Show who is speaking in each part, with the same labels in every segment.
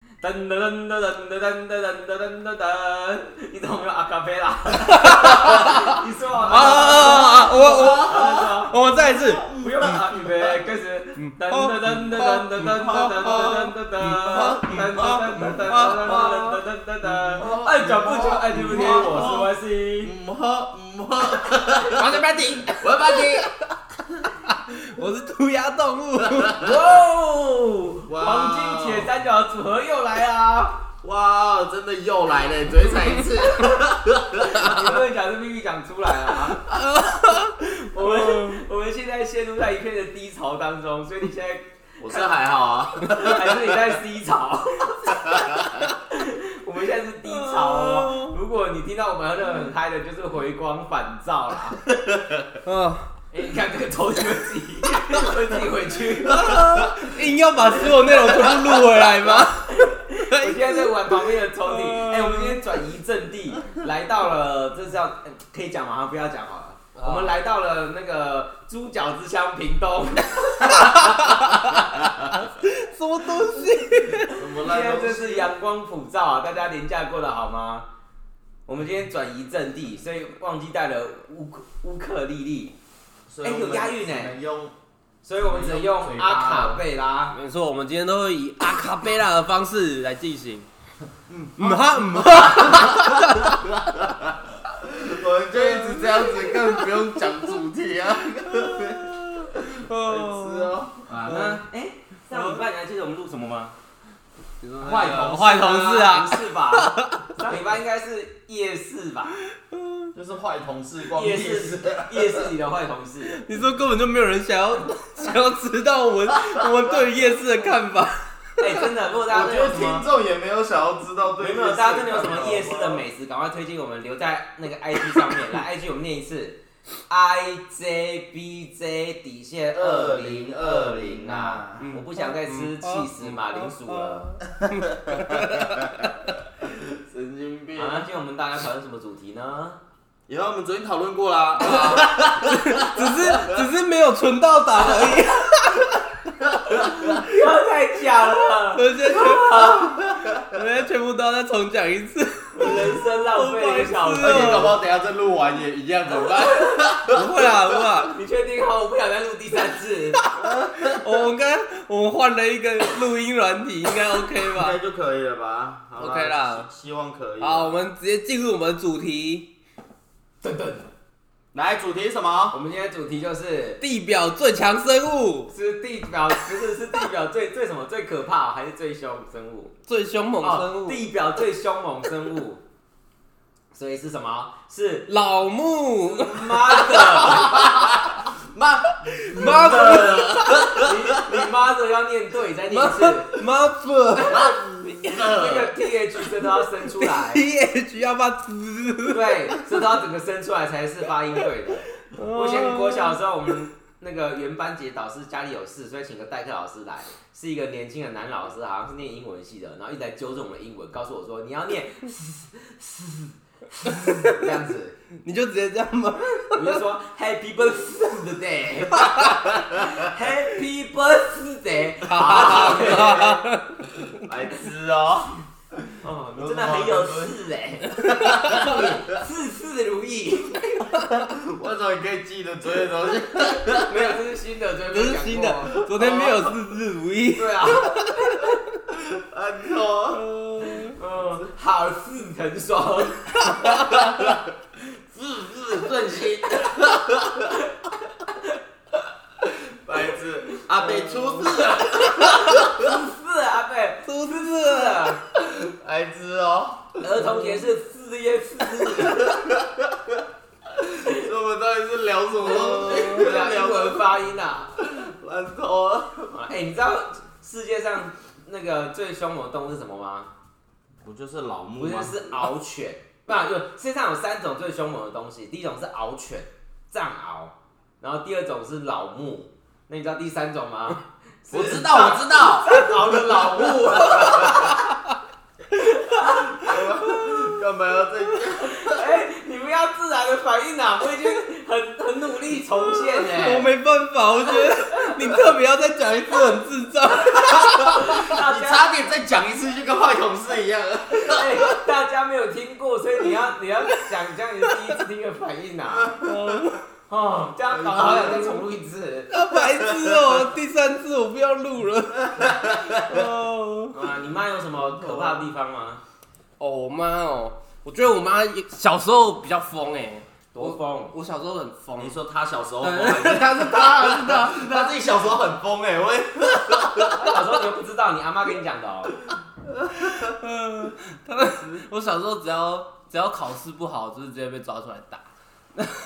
Speaker 1: 噔噔噔噔噔噔噔噔噔噔噔噔，你怎么没有阿卡贝拉？你说
Speaker 2: 啊啊啊！啊！我
Speaker 1: 啊，
Speaker 2: 我我们再一次，
Speaker 1: 不用了，预备，开始。噔噔噔噔噔噔噔噔噔噔噔噔噔噔噔噔噔噔噔噔，按脚步就按贴不贴，我是 YC。
Speaker 3: 唔喝唔喝，
Speaker 2: 我是 Betty，
Speaker 3: 我把你
Speaker 2: 我是涂鸦动物。
Speaker 1: 哇，
Speaker 3: 哇
Speaker 1: 黄金铁三角组合又来啦！
Speaker 3: 哇，真的又来了，你嘴一次。
Speaker 1: 你不能讲是秘密讲出来啊！我们我们现在陷入在一片的低潮当中，所以你现在。
Speaker 3: 我是还好啊，
Speaker 1: 还是你在 C 潮？ 我们现在是低潮哦。如果你听到我们那很嗨的，就是回光返照啦。
Speaker 2: 啊，
Speaker 1: 哎、你看这个头就自己，会自己回去。
Speaker 2: 硬要把所有内容全部录回来吗？
Speaker 1: 我现在在玩旁边的抽屉。哎、我们今天转移阵地，来到了，这是要、哎可以讲吗？不要讲好了。我们来到了那个猪脚之乡屏东，
Speaker 2: 什么东西？
Speaker 3: 什么
Speaker 1: 现
Speaker 3: 烂
Speaker 1: 在
Speaker 3: 东
Speaker 1: 真
Speaker 3: 西？
Speaker 1: 是阳光普照啊！大家年假过得好吗？我们今天转移阵地，所以忘记带了乌克乌克丽丽，
Speaker 3: 所以我们
Speaker 1: 哎有押韵哎
Speaker 3: 只能用
Speaker 1: 所以我们只能用阿卡贝拉。
Speaker 2: 没错，我们今天都会以阿卡贝拉的方式来进行。嗯哈嗯哈，
Speaker 3: 我们就一直这样子，根本不用讲主题啊。是
Speaker 2: 哦，
Speaker 3: 哦，
Speaker 1: 啊，那哎、上礼拜你还记得我们录什么吗？
Speaker 2: 你说那个
Speaker 1: 坏同
Speaker 2: 坏同事啊，
Speaker 1: 不是吧？上礼拜应该是夜市吧？
Speaker 3: 就是坏同事逛
Speaker 1: 夜
Speaker 3: 夜
Speaker 1: 市
Speaker 3: 市。
Speaker 1: 夜市里的坏同事。
Speaker 2: 你说根本就没有人想要想要知道我们我们对于夜市的看法。
Speaker 1: 哎、真的，如果大家
Speaker 3: 我
Speaker 1: 真
Speaker 3: 觉
Speaker 1: 的有
Speaker 3: 得
Speaker 1: 什
Speaker 3: 听
Speaker 1: 么，
Speaker 3: 众也没有想要知道对
Speaker 1: 没
Speaker 3: 夜
Speaker 1: 有
Speaker 3: 市
Speaker 1: 大家真的有什么夜市的美食，赶快推荐我们留在 那个 IG 上面。来，IG 我们念一次，I J B J 底线二零二零啊！
Speaker 2: 嗯
Speaker 1: 我不想再吃气死马铃薯了。
Speaker 3: 神经病
Speaker 1: 好，。啊那今天我们大家讨论什么主题呢？
Speaker 3: 以后我们昨天讨论过啦，啊
Speaker 2: 只是只是没有存到档而已。
Speaker 1: 不要再讲了，
Speaker 2: 我现在全部，我现在全部都要再重讲一次。
Speaker 1: 我人生浪费一个小
Speaker 2: 我不好意
Speaker 3: 而
Speaker 2: 思
Speaker 3: 且
Speaker 2: 哦
Speaker 1: 时。
Speaker 3: 搞不好等一下再录完也一样，怎么办？
Speaker 2: 不会啦，不会啦。
Speaker 1: 你确定好？我不想再录第三次。
Speaker 2: 我们刚我们换了一个录音软体，应该 OK
Speaker 3: 应该
Speaker 2: 吧？
Speaker 3: 就可以了吧好
Speaker 2: OK 啦
Speaker 3: 希希望可以。
Speaker 2: 好，我们直接进入我们的主题：
Speaker 1: 等等，
Speaker 3: 来主题是什么？
Speaker 1: 我们今天的主题就是
Speaker 2: 地表最强生物，
Speaker 1: 是地表，不是是地表最最什么最可怕、还是最凶生物？
Speaker 2: 最凶猛生
Speaker 1: 哦
Speaker 2: 物，
Speaker 1: 地表最凶猛生物。 所以是什么？是
Speaker 2: 老 木。
Speaker 1: 妈的，
Speaker 3: 妈，
Speaker 2: 妈的，
Speaker 1: 你你妈的要念对，再念一次，
Speaker 2: 妈的
Speaker 1: 那个 T H 真的要生出 来，
Speaker 2: ，T H 要把滋，
Speaker 1: 对，这都要整个生出来才是发音对的。我以前国小的时候，我们那个原班级导师家里有事，所以请个代课老师来，是一个年轻的男老师，好像是念英文系的，然后一直在纠正我们的英文，告诉我说你要念这样子，
Speaker 2: 你就直接这样吗？
Speaker 1: 我就 说 Happy birthday，Happy birthday，
Speaker 3: 白痴哦！
Speaker 1: 哦，你真的很有事哎、事事如意，
Speaker 3: 为什么你可以记得昨天的东西？
Speaker 1: 没有，这是新的，这
Speaker 2: 这是新的，昨天没有事事如意。
Speaker 1: 对 啊，
Speaker 3: 很多
Speaker 1: 嗯，好事成 双。
Speaker 3: 字字顺心。白痴，阿北出事了，
Speaker 1: 是啊，对，
Speaker 2: 出
Speaker 1: 是
Speaker 2: 事了，
Speaker 1: 啊，
Speaker 3: 白痴哦！
Speaker 1: 儿童节是事业事，
Speaker 3: 我们到底是聊什么东西？
Speaker 1: 对啊，英文发音啊。
Speaker 3: 烂头啊！
Speaker 1: 哎、你知道世界上那个最凶猛的动物是什么吗？
Speaker 3: 不就是老木
Speaker 1: 不是，是獒犬。不然就世界上有三种最凶猛的东西，第一种是獒犬，藏獒，然后第二种是老木，那你知道第三种 吗？
Speaker 3: 我知道，我知道。
Speaker 1: 藏獒的老木，
Speaker 3: 干嘛要这样？
Speaker 1: 哎、你们要自然的反应啊！我已经很很努力重现哎、
Speaker 2: 我没办法，我觉得你特别要再讲一次很智障。
Speaker 1: 大
Speaker 3: 你
Speaker 1: 家
Speaker 3: 差点再讲一次就干坏同事一样。
Speaker 1: 哎，大家没有听过，所以你要你要讲这样你第一次听的反应啊。哦，这样搞得好想再重录一次。
Speaker 2: 啊，白痴哦！第三次我不要录了。 哦，
Speaker 1: 啊，你妈有什么可怕的地方吗？
Speaker 2: 哦，我妈哦，我觉得我妈也小时候比较疯哎，
Speaker 1: 多疯！
Speaker 2: 我小时候很 疯。
Speaker 1: 你说她小时候疯，
Speaker 2: 对，他是他，是他。
Speaker 3: 他自己小时候很疯哎、我也
Speaker 1: 她小时候你又不知道，你阿妈跟你讲的哦。
Speaker 2: 我小时候只要只要考试不好，就是直接被抓出来 打。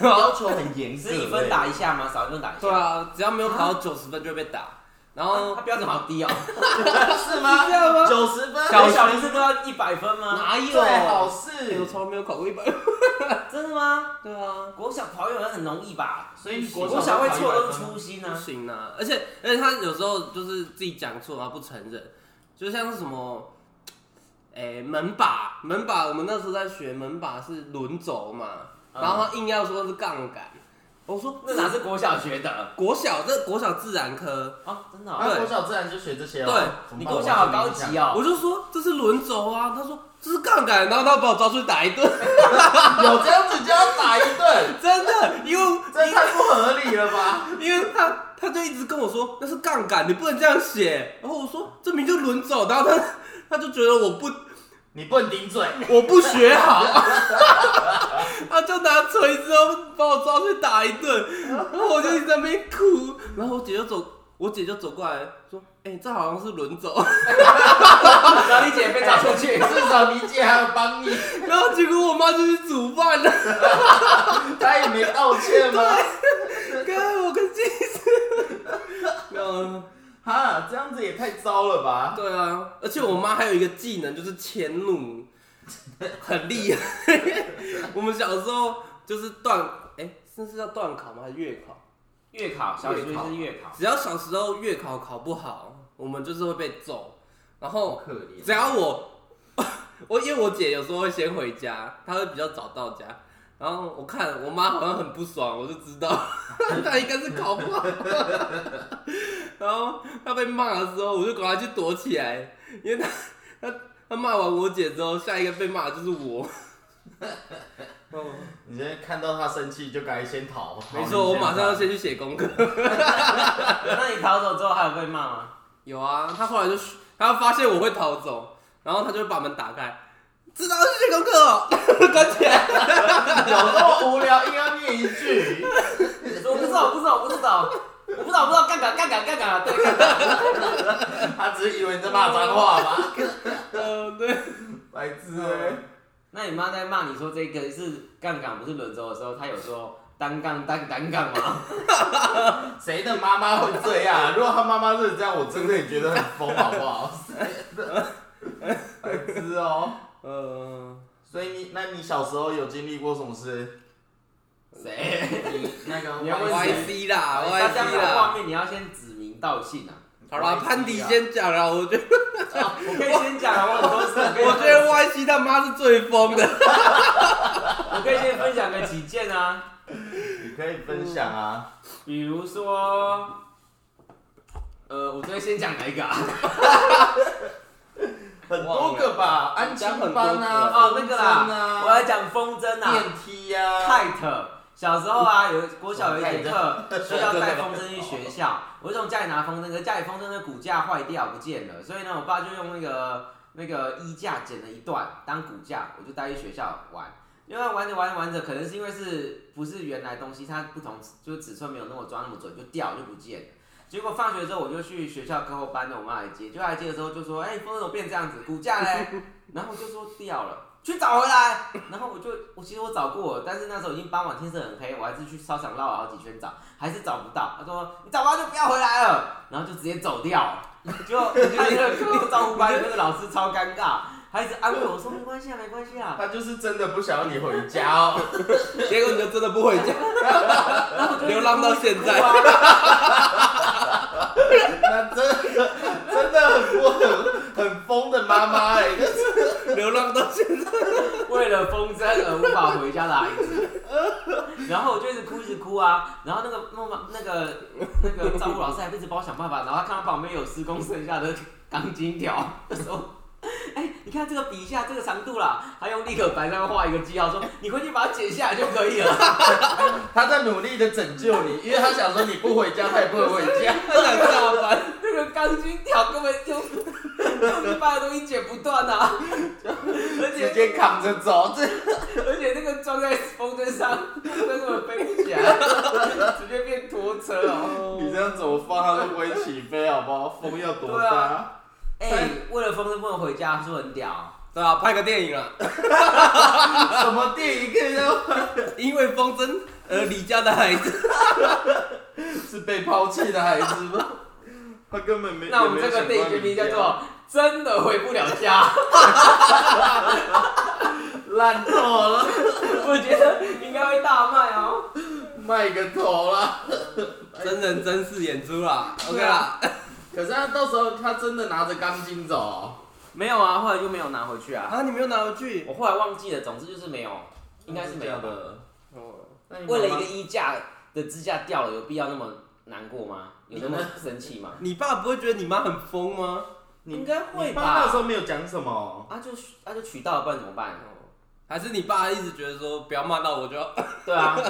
Speaker 3: 要求很严
Speaker 1: 是一分打一下吗？少一分打一下。
Speaker 2: 对啊，只要没有考到九十分就会被打。然后
Speaker 1: 她标准好低哦。
Speaker 3: 是吗？
Speaker 2: 是这样吗
Speaker 3: 九十 分，
Speaker 1: 小小学生都要一百分吗？
Speaker 2: 哪有？
Speaker 3: 最好是
Speaker 2: 我，从来没有考过一百。
Speaker 1: 真的吗？
Speaker 2: 对啊，
Speaker 1: 国小考一百分很容易吧？
Speaker 3: 所以
Speaker 1: 国小会错都是粗心
Speaker 2: 不
Speaker 1: 啊。
Speaker 2: 行啊！而且而且他有时候就是自己讲错，然后不承认，就像是什么，哎、门把门把，我们那时候在学门把是轮轴嘛，
Speaker 1: 嗯
Speaker 2: 然后他硬要说是杠杆，我说
Speaker 1: 那哪是国小学的？
Speaker 2: 国小这国小自然科，
Speaker 1: 哦，真的哦。
Speaker 3: 那
Speaker 2: 对
Speaker 3: 国小自然就学这些了。
Speaker 2: 对
Speaker 3: 怎么办
Speaker 1: 你国小好高级！哦。
Speaker 2: 我就说这是轮轴啊，他说这是杠杆，然后他把我抓出去打一顿，
Speaker 1: 哦
Speaker 3: 有这样子就要打一 顿，
Speaker 2: 真的，因为
Speaker 3: 这太不合理了吧？
Speaker 2: 因为他他就一直跟我说那是杠杆，你不能这样写，然后我说这明就轮轴，然后他他就觉得我不。
Speaker 3: 你不能顶 嘴，
Speaker 2: 我不学好， 他就拿锤子要把我抓去打一顿，然后我就一直在那边哭，然后我姐就走，我姐就走过来说：“哎、这好像是轮走。
Speaker 1: 然后你姐被抓出 去，
Speaker 3: 至少你姐还有 帮你，”
Speaker 2: 然后结果我妈就去煮饭了，
Speaker 3: 她也没道歉吗？
Speaker 2: 跟我跟气死。嗯，
Speaker 3: 哈，这样子也太糟 了吧？
Speaker 2: 对啊，而且我妈还有一个技能就是迁怒，很厉害。我们小时候就是断，哎、那是叫断考吗？还是月考？
Speaker 1: 月考小学是月考，
Speaker 2: 只要小时候月考考不好，我们就是会被揍。然后
Speaker 3: 可怜，
Speaker 2: 只要我， 我因为我姐有时候会先回家，她会比较早到家。然后我看我妈好像很不爽，我就知道 她应该是考不好。然后她被骂的时候，我就赶快去躲起来，因为她她她骂完我姐之后，下一个被骂的就是我。哦，
Speaker 3: 你现在看到她生气就该先逃。
Speaker 2: 没错，我马上要
Speaker 3: 先
Speaker 2: 先去写功课。
Speaker 1: 那你逃走之后还有被骂吗？
Speaker 2: 有啊，他后来就他发现我会逃走，然后他就把门打开，知道是这个课哦，关起来。
Speaker 3: 逃。 有时候无聊硬要念一句，
Speaker 1: 你说我不知道，我不知道，我不知道，我不知道，我不知道，杠杆，杠杆，杠杆，对，杠杆
Speaker 3: 她只是以为你在骂脏话吧？
Speaker 2: 呃，对，
Speaker 3: 白痴欸！
Speaker 1: 那你妈在骂你说这个是杠杆不是轮轴的时候，她有说单杠单单杠吗？
Speaker 3: 谁的妈妈会这样 啊？如果他妈妈是这样，我真的也觉得很疯，好 不好？谁的？白痴哦！
Speaker 2: 呃，
Speaker 3: 所以你，那你小时候有经历过什么事？
Speaker 1: 谁？
Speaker 3: 你那个
Speaker 1: 你要问谁
Speaker 2: YC 啦
Speaker 1: 大家没
Speaker 2: ，YC
Speaker 1: 有画
Speaker 2: 啦。
Speaker 1: 面，你要先指名道姓啊！
Speaker 2: 好啦，潘迪先讲啦，我觉得
Speaker 1: 我可以先讲啊，我很多事，我可以
Speaker 2: 我觉 得 YC 他妈是最疯的。
Speaker 1: 我可以先分享个几件啊，
Speaker 3: 你可以分享啊。
Speaker 1: 比如说，呃，我昨天先讲哪一个啊？
Speaker 3: 很多个吧，安亲班啊，
Speaker 1: 哦，那个
Speaker 3: 风筝
Speaker 1: 啦，我
Speaker 3: 啊，
Speaker 1: 要讲风筝啊。
Speaker 3: 电梯呀，
Speaker 1: kite。小时候啊，有国小有一节课需要带风筝去学校，我就从家里拿风筝，可是家里风筝的骨架坏掉不见了，所以呢，我爸就用那个那个衣架剪了一段当骨架，我就带去学校玩。因为玩着玩着玩着，可能是因为是不是原来东西它不同，就是尺寸没有那么抓那么准，就掉就不见了。结果放学之后我就去学校课后班的，我妈来接，就来接的时候就说：“哎、风筝怎么变这样子？骨架嘞？”然后我就说掉了，去找回来。然后我就我其实我找过，但是那时候已经傍晚，天色很黑，我还是去操场绕了好几圈找，还是找不到。他说你找不到就不要回来了，然后就直接走掉 了。就他那个那个招呼班的那个老师超尴尬，还一直安慰我说没关系啊，没关系 啊。
Speaker 3: 他就是真的不想要你回家哦。
Speaker 2: 结果你就真的不回家，流浪到现在。
Speaker 1: 啊
Speaker 3: 那真的真的很不很很疯的妈妈哎，
Speaker 2: 流浪到现在。
Speaker 1: 为了风筝而无法回家的孩子。 然后我就一直哭，一直哭啊。然后那个妈妈，那个那个照顾老师还一直帮我想办法。然后他看到旁边有施工剩下的钢筋条，他说：“哎，你看这个比一下这个长度啦，他用立可白上画一个记号，说你回去把它剪下来就可以 了。
Speaker 3: 他在努力的拯救你，因为他想说你不回家，他也不会回家。
Speaker 2: 他想下班，
Speaker 1: 啊那个钢筋条根本就 用一半的东西剪不断啊，而
Speaker 3: 直
Speaker 1: 且
Speaker 3: 接扛着走，这
Speaker 1: 而且那个装在风筝上，为什么飞不起 来？直接变拖车哦。
Speaker 3: 你这样怎么放它都不会起飞，好不好？风要多
Speaker 1: 对
Speaker 3: 大？
Speaker 1: 哎、为了风筝不能回家，是不是很屌？
Speaker 2: 对啊，拍个电影啊，
Speaker 3: 什么电影可以让
Speaker 2: 因为风筝而离家的孩 子，
Speaker 3: 是被抛弃的孩子吗？他根本没。
Speaker 1: 那我们这个电影
Speaker 3: 也
Speaker 1: 片
Speaker 3: 没
Speaker 1: 名
Speaker 3: 有
Speaker 1: 叫做
Speaker 3: 想过
Speaker 1: “真的回不了家
Speaker 3: 烂透了，”，
Speaker 1: 我觉得应该会大卖哦。
Speaker 3: 卖个头啦。
Speaker 2: 真人真事演出啦，OK
Speaker 1: 对啊
Speaker 2: 啦，
Speaker 3: 可是他到时候他真的拿着钢筋走哦、
Speaker 1: 没有啊，后来就没有拿回去啊。
Speaker 2: 啊，你没有拿回去，
Speaker 1: 我后来忘记了，总之就是没有，应该是没有
Speaker 3: 这样。的。
Speaker 2: 哦，
Speaker 3: 那你妈
Speaker 1: 为
Speaker 3: 妈
Speaker 1: 了一个衣架的支架掉了，有必要那么难过吗？有那么生气吗？
Speaker 2: 你爸不会觉得你妈很疯吗？
Speaker 3: 你
Speaker 1: 应该会吧
Speaker 3: 你爸那时候没有讲什么，
Speaker 1: 啊就啊就取到了，不然怎么办？
Speaker 2: 还是你爸一直觉得说不要骂到我就好，
Speaker 1: 对啊，也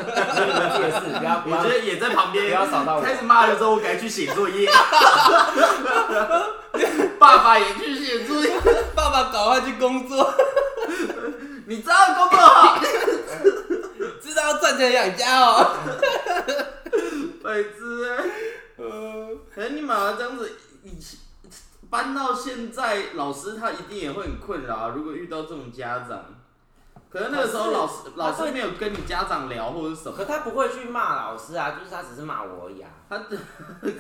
Speaker 1: 是不要不
Speaker 3: 我
Speaker 1: 要
Speaker 3: 觉得也在旁边。
Speaker 1: 不要扫到我
Speaker 3: 开始骂的时候，我赶紧去写 作业。 爸爸也去写作业。
Speaker 2: 爸爸赶快去工作，
Speaker 3: 你知道工作好，
Speaker 2: 知道要赚钱养家哦。
Speaker 3: 白痴、欸！可是你妈妈这样子，以前搬到现在，老师他一定也会很困扰啊。如果遇到这种家长，可是那个时候老
Speaker 1: 老
Speaker 3: 师
Speaker 1: 师
Speaker 3: 老
Speaker 1: 他
Speaker 3: 师
Speaker 1: 会
Speaker 3: 没有跟你家长聊或者什么
Speaker 1: 可，他不会去骂老师啊，就是他只是骂我而已啊。
Speaker 3: 他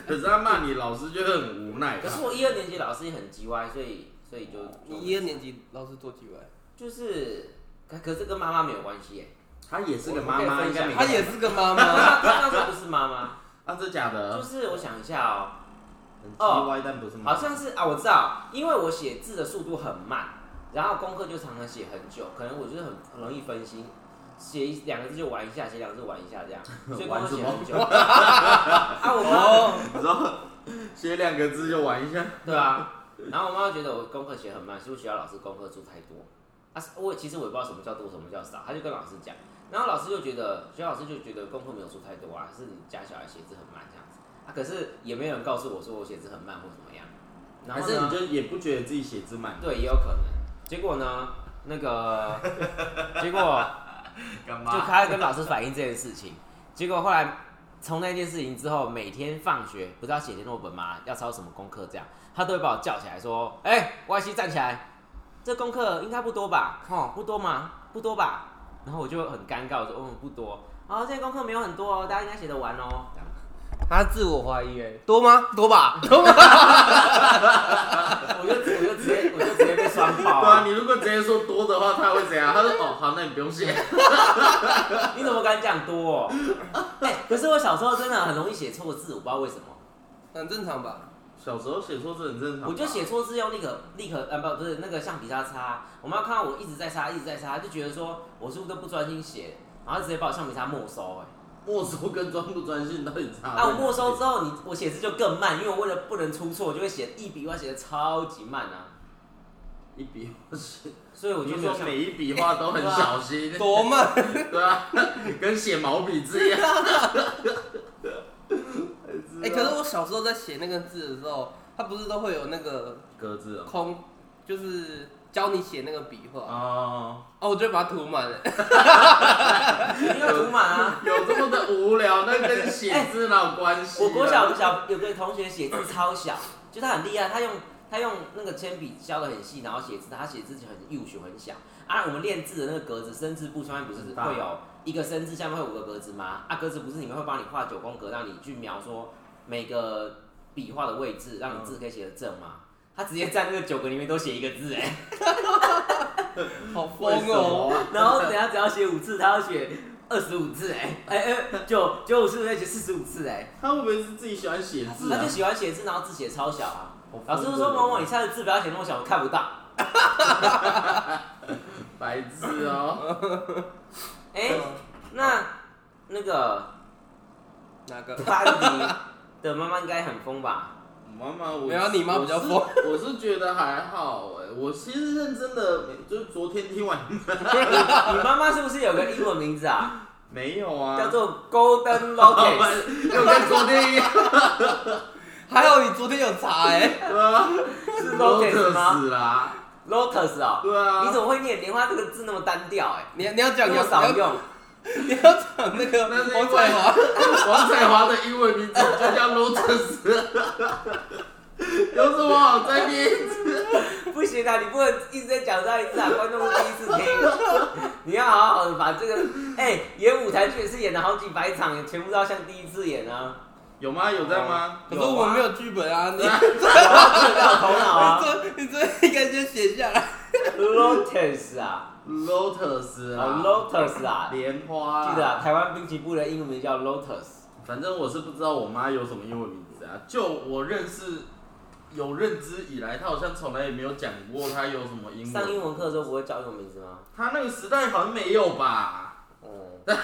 Speaker 3: 可是他骂你，老师就会很无奈
Speaker 1: 可
Speaker 3: 吧。
Speaker 1: 是我一二年级老师也很叽歪，所以所以就
Speaker 2: 你一二年级老师做几位？
Speaker 1: 就是，可可是跟妈妈没有关系耶。
Speaker 3: 他也是个妈妈，应该没
Speaker 2: 她也是个妈妈，
Speaker 1: 她她那时候不是妈妈，
Speaker 3: 啊，这假
Speaker 1: 就
Speaker 3: 的，
Speaker 1: 是我想一下哦，
Speaker 3: 很叽歪，但不是
Speaker 1: 好
Speaker 3: 妈妈。
Speaker 1: 像是啊，我知道，因为我写字的速度很慢，然后功课就常常写很久，可能我就是很很容易分心，写一两个字就玩一下，写两个字玩一下这样，所以功课写很 久。 啊，我妈
Speaker 2: 哦，
Speaker 3: 你知 道，写两个字就玩一下，
Speaker 1: 对啊，然后我妈觉得我功课写很慢，是不是学校老师功课做太多？啊，是我其实我也不知道什么叫多，什么叫少，她就跟老师讲，然后老师就觉得学校老师就觉得功课没有做太多啊，是你家小孩写字很慢这样子啊，可是也没有人告诉我说我写字很慢或怎么样，然
Speaker 3: 还
Speaker 1: 后
Speaker 3: 是
Speaker 1: 呢
Speaker 3: 你就也不觉得自己写字慢？
Speaker 1: 对，也有可能。结果呢，那个结果
Speaker 3: 干
Speaker 1: 就？他跟老师反映这件事情， 结果后来从那件事情之后，每天放学不是要写联络本吗？要抄什么功课这样，他都会把我叫起来说：“哎、y c 站起来，这功课应该不多吧？哦，不多嘛，不多吧？”然后我就很尴尬，我说：“嗯，不多。”哦，这功课没有很多哦，大家应该写得完哦。这样
Speaker 2: 她自我怀疑哎，多吗？多吧，多吧。
Speaker 1: 我就我就直接我就直接被双爆、
Speaker 3: 对啊，你如果直接说多的话，他会怎样？他说哦好，那你不用写。
Speaker 1: 你怎么敢讲多、哎，可是我小时候真的很容易写错字，我不知道为什么，
Speaker 2: 很正常吧？
Speaker 3: 小时候写错字很正常吧，
Speaker 1: 我就写错字用立刻立刻呃不不是那个橡皮擦擦，我妈看到我一直在擦一直在擦，就觉得说我是不是都不专心写，然后直接把我橡皮擦没收哎、
Speaker 3: 没收跟专不专心到底差。
Speaker 1: 啊我没收之，后你我写字就更慢，因为我为了不能出错，我就会写一笔一画写的超级慢啊，
Speaker 3: 一笔画写，
Speaker 1: 所以我
Speaker 3: 我
Speaker 1: 就
Speaker 3: 就
Speaker 1: 没有
Speaker 3: 说
Speaker 1: 橡
Speaker 3: 每一笔画都很小心，
Speaker 2: 多吗？
Speaker 3: 对啊，跟写毛笔字一样。
Speaker 2: 哎、可是我小时候在写那个字的时候，它不是都会有那个
Speaker 3: 格子哦
Speaker 2: 空，就是教你写那个笔画啊，
Speaker 3: 哦，
Speaker 2: 我就把它涂满了。
Speaker 1: 一定要涂满啊。
Speaker 3: 有这么的无聊，那跟写字哪有关系啊？
Speaker 1: 我国小小有个同学写字超小，就他很厉害，他用他用那个铅笔削的很细，然后写字，他写字就很幼小很小。啊，我们练字的那个格子，生字部上面不是
Speaker 3: 很大
Speaker 1: 会有一个生字下面会有五个格子吗？啊，格子不是里面会帮你画九宫格，让你去描说每个笔画的位置，让
Speaker 3: 嗯
Speaker 1: 你字可以写得正吗？他直接在那个九个里面都写一个字、哎，
Speaker 2: 好疯
Speaker 3: 为什
Speaker 2: 哦！
Speaker 3: 么啊？
Speaker 1: 然后等下只要写五次，他要写二十五次、哎哎哎，九九五次要写四十五次、哎。
Speaker 3: 他会不会是自己喜欢写字
Speaker 1: 他
Speaker 3: 啊
Speaker 1: 就？喜欢写字，然后字写超小啊
Speaker 3: 好。
Speaker 1: 老师就说：“某某，你下次字不要写那么小，我看不到。
Speaker 3: 白痴哦，”
Speaker 1: 哎，那那个
Speaker 2: 哪个？
Speaker 1: 班迪的妈妈应该很疯吧？
Speaker 3: 妈妈，我
Speaker 2: 没有你妈比较疯
Speaker 3: 我是 我是觉得还好哎、我其实认真的，就是昨天听完
Speaker 1: 你妈妈是不是有个英文名字啊？
Speaker 3: 没有啊？
Speaker 1: 叫做 Golden Lotus。
Speaker 3: 又跟昨天一样，
Speaker 2: 还好你昨天有查哎、
Speaker 3: 对啊，
Speaker 1: 是
Speaker 3: 都
Speaker 1: Lotus 吗
Speaker 3: 死啦，
Speaker 1: Lotus 啊、
Speaker 3: 对啊
Speaker 1: 你怎么会念莲花这个字那么单调、欸？
Speaker 2: 你你
Speaker 1: 哎，
Speaker 2: 要讲
Speaker 1: 这
Speaker 2: 你
Speaker 1: 么
Speaker 2: 要
Speaker 1: 少
Speaker 2: 你要
Speaker 1: 用，
Speaker 2: 你要讲 那个
Speaker 3: 那是因为
Speaker 2: 王彩华，
Speaker 3: 王彩华的英文名字就叫 Lotus，有什么好再念一次？
Speaker 1: 不行啊！你不能一直在讲上一次啊，观众是第一次听， 你要好好的把这个，哎、演舞台剧也是演了好几百场，全部都要像第一次演啊，
Speaker 3: 有吗？有在吗？
Speaker 2: 可是我没有剧本 啊，你
Speaker 1: 这要头脑啊
Speaker 2: 这你这应该先写下 来。
Speaker 1: ，Lotus 啊，
Speaker 3: Lotus
Speaker 1: 啊
Speaker 3: 啊，
Speaker 1: Lotus 啊，
Speaker 3: 莲花啊，
Speaker 1: 记得啊，台湾滨崎步的英文名叫 Lotus，
Speaker 3: 反正我是不知道我妈有什么英文名字啊，就我认识有认知以来，她好像从来也没有讲过她有什么英
Speaker 1: 上
Speaker 3: 文。
Speaker 1: 英文课的时候不会叫英文名字吗？
Speaker 3: 她那个时代好像没有吧？
Speaker 1: 嗯，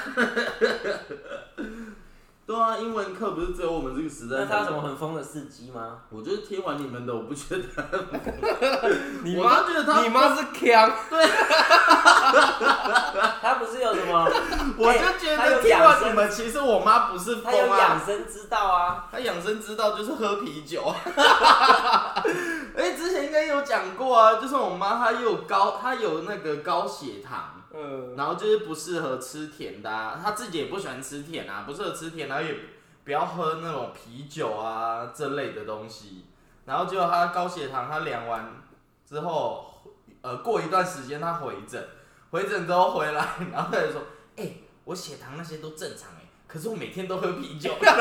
Speaker 3: 对啊，英文课不是只有我们这个时代
Speaker 1: 那
Speaker 3: 才
Speaker 1: 他
Speaker 3: 有。
Speaker 1: 有什么很疯的事迹吗？
Speaker 3: 我就是听完你们的，我不觉得。
Speaker 2: 你
Speaker 3: 我
Speaker 2: 妈
Speaker 3: 都觉得他
Speaker 2: 你妈是强，
Speaker 1: 他不是有什 么？
Speaker 3: 我就觉
Speaker 1: 他哎有
Speaker 3: 得听
Speaker 1: 养
Speaker 3: 完
Speaker 1: 生
Speaker 3: 你们，其实我妈不是
Speaker 1: 他有
Speaker 3: 疯啊，
Speaker 1: 养生之道啊，
Speaker 3: 她养生之道就是喝啤酒。 哎、之前应该有讲过啊，就是我妈她有高，她有那个高血糖。
Speaker 2: 嗯，
Speaker 3: 然后就是不适合吃甜的、啊，他自己也不喜欢吃甜啊，不适合吃甜，然后也不要喝那种啤酒啊这类的东西。然后结果他高血糖，他量完之后，呃，过一段时间他回诊，回诊之后回来，然后他就说：“哎、我血糖那些都正常哎、可是我每天都喝啤酒。” 然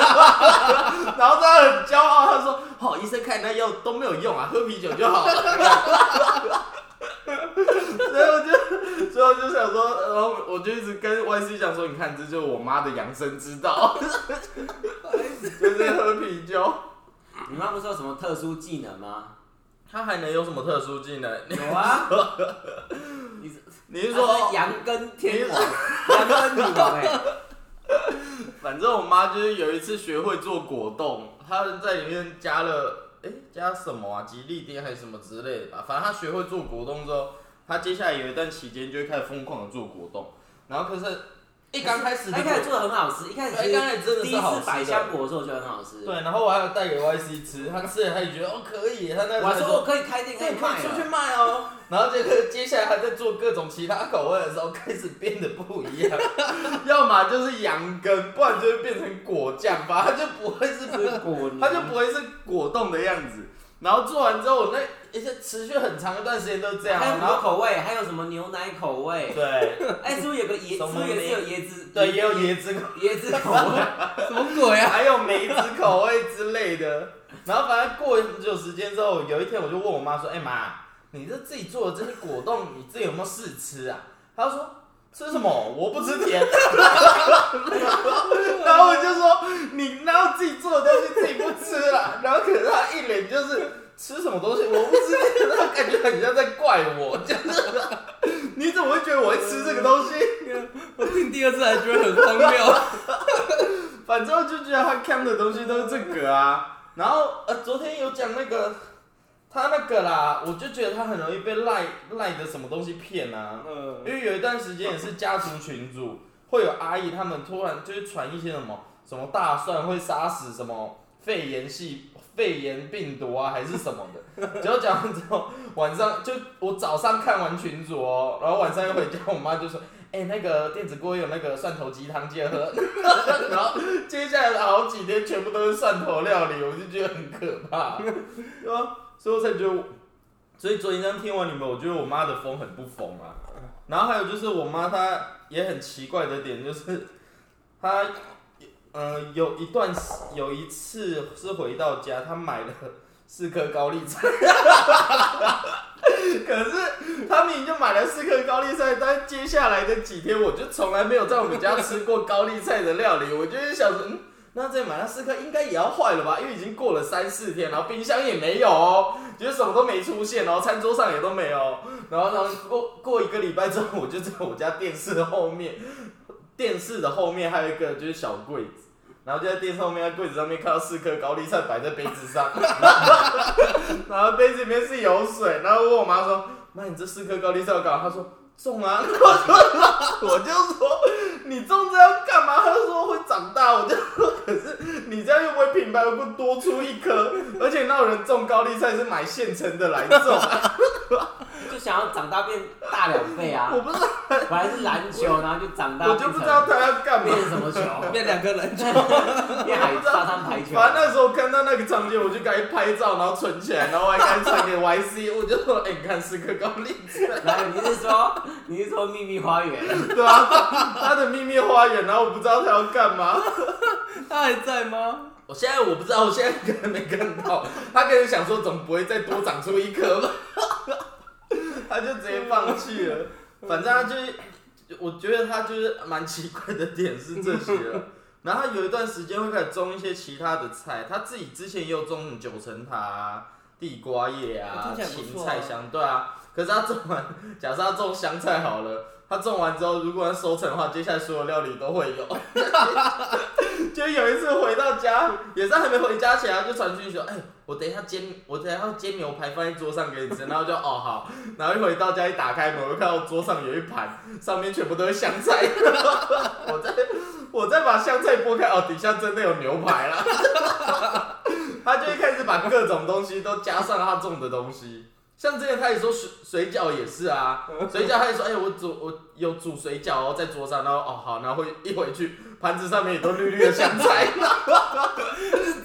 Speaker 3: 后他很骄傲，他说：“好、医生开那药都没有用啊，喝啤酒就好了。” 所以我就，所以我就想说，然后我就一直跟 Y C 讲说：“你看，这就是我妈的养生之道， 就是喝啤酒。
Speaker 1: 你妈不是有什么特殊技能吗？”
Speaker 3: 他还能有什么特殊技能？
Speaker 1: 有 啊，你
Speaker 3: 你是
Speaker 1: 她
Speaker 3: 说
Speaker 1: 是，羊羹天王，羊羹女王哎、
Speaker 3: 反正我妈就是有一次学会做果冻，她在里面加了，哎、加什么啊？吉利丁还是什么之类的吧。反正她学会做果冻之后，她接下来有一段期间就会开始疯狂的做果冻。然后可是，一刚开始
Speaker 1: 她一
Speaker 3: 的果
Speaker 1: 开始做的很好吃，一开始
Speaker 3: 对一开始真的
Speaker 1: 第
Speaker 3: 是
Speaker 1: 一
Speaker 3: 好吃
Speaker 1: 次
Speaker 3: 的
Speaker 1: 百香果的时候我觉得很好吃，
Speaker 3: 对，然后我还有带给 YC 吃，他吃了他也觉得哦可以，他那
Speaker 1: 我还说哦我可以开店
Speaker 3: 这
Speaker 1: 可以
Speaker 3: 也可
Speaker 1: 卖
Speaker 3: 以出去
Speaker 1: 了，
Speaker 3: 卖哦。然后这个接下来他在做各种其他口味的时候，开始变得不一样， 要么就是羊羹，不然就会变成果酱吧，它就不会是
Speaker 1: 吃果泥
Speaker 3: 它就不会是果冻的样子。然后做完之后，我那一些持续很长一段时间都是这样，啊
Speaker 1: 还有
Speaker 3: 然
Speaker 1: 很多
Speaker 3: 后
Speaker 1: 口味，还有什么牛奶口味？
Speaker 3: 对
Speaker 1: 哎，是不是有个椰？
Speaker 3: 什么
Speaker 1: 是不是也是有椰子？
Speaker 3: 对也有椰子口
Speaker 1: 椰子口味。
Speaker 2: 什么鬼啊？
Speaker 3: 还有梅子口味之类的。然后反正过很久时间之后，有一天我就问我妈说：“哎、妈，你这自己做的这些果冻，你自己有没有试吃啊？”她就说：“吃什么？我不吃甜。” 然后我就说：“你哪有自己做的东西自己不吃啦？”然后可是她一脸就是。吃什么东西？我不吃甜，她感觉很像在怪我，就是你怎么会觉得我会吃这个东西？
Speaker 2: 我听第二次还觉得很荒 谬。
Speaker 3: 反正我就觉得他看的东西都是这个啊。然后呃，昨天有讲那个他那个啦，我就觉得他很容易被赖赖的什么东西骗啊。 因
Speaker 2: 嗯，
Speaker 3: 为有一段时间也是家族群组，会有阿姨他们突然就是传一些什么什么大蒜会杀死什么肺炎系肺炎病毒啊，还是什么的。 结果讲完之后，晚上就我早上看完群组哦，然后晚上又回家，我妈就说：“哎、那个电子锅有那个蒜头鸡汤借喝。” 然后接下来的好几天全部都是蒜头料理，我就觉得很可怕，对吧？所以我才觉得我，所以昨天这样听完你们，我觉得我妈的疯很不疯啊。然后还有就是我妈她也很奇怪的点就是， 她呃有一段时有一次是回到家，她买了四颗高丽菜， 可是她明明就买了四颗高丽菜，但接下来的几天我就从来没有在我们家吃过高丽菜的料理，我就是想说，嗯，那再买那四颗应该也要坏了吧？因为已经过了三四天，然后冰箱也没有哦，就是什么都没出现，然后餐桌上也都没有，然后然后过过一个礼拜之后，我就在我家电视后面，电视的后面还有一个就是小柜子。然后就在电视后面的柜子上面看到四颗高丽菜摆在杯子上， 然后杯子里面是有水，然后问我妈说：“妈，你这四颗高丽菜要干嘛？”她说：“种啊。” 我说：“我就说你种这要干嘛？”她说：“会长大。”我就说：“可是你这样又不会品牌，又不多出一颗，而且那有人种高丽菜是买现成的来种、啊，
Speaker 1: 就想要长大变大两倍啊！
Speaker 3: 我不知道，
Speaker 1: 本来是篮球，然后就长大
Speaker 3: 我就不知道她要 干嘛
Speaker 1: 变。成变成什么球，
Speaker 2: 变两个人球，
Speaker 1: 变海沙滩排球。
Speaker 3: 反正那时候看到那个场景，我就赶紧拍照，然后存起来，然后我还赶紧传给 YC，我就说：“哎、你看四颗高丽菜，
Speaker 1: 然后你是说你是说秘密花园？
Speaker 3: 对啊， 他的秘密花园。”然后我不知道他要干嘛。
Speaker 2: 他还在吗？
Speaker 3: 我现在我不知道，我现在可能没看到。他可能想说，总不会再多长出一颗吧？ 他就直接放弃了。反正他就是，我觉得他就是蛮奇怪的点是这些了。然后他有一段时间会开始种一些其他的菜，他自己之前也有种九层塔、啊、地瓜叶啊、
Speaker 2: 听起来不
Speaker 3: 芹
Speaker 2: 错啊
Speaker 3: 菜香，对啊。可是他种完，假设他种香菜好了，他种完之后，如果他收成的话，接下来所有料理都会有。 就有一次回到家，也是还没回家前，他就传讯息说：“哎、我等一下煎，我等一下要煎牛排放在桌上给你吃。”然后我就哦好，然后一回到家一打开门，我就看到桌上有一盘，上面全部都是香菜。 我再我再把香菜剥开，哦，底下真的有牛排了。他就会开始把各种东西都加上他种的东西。像之前他也说水水饺也是啊，水饺他也说，哎、我煮我有煮水饺哦，在桌上，然后哦好，然后会一回去，盘子上面也都绿绿的香菜，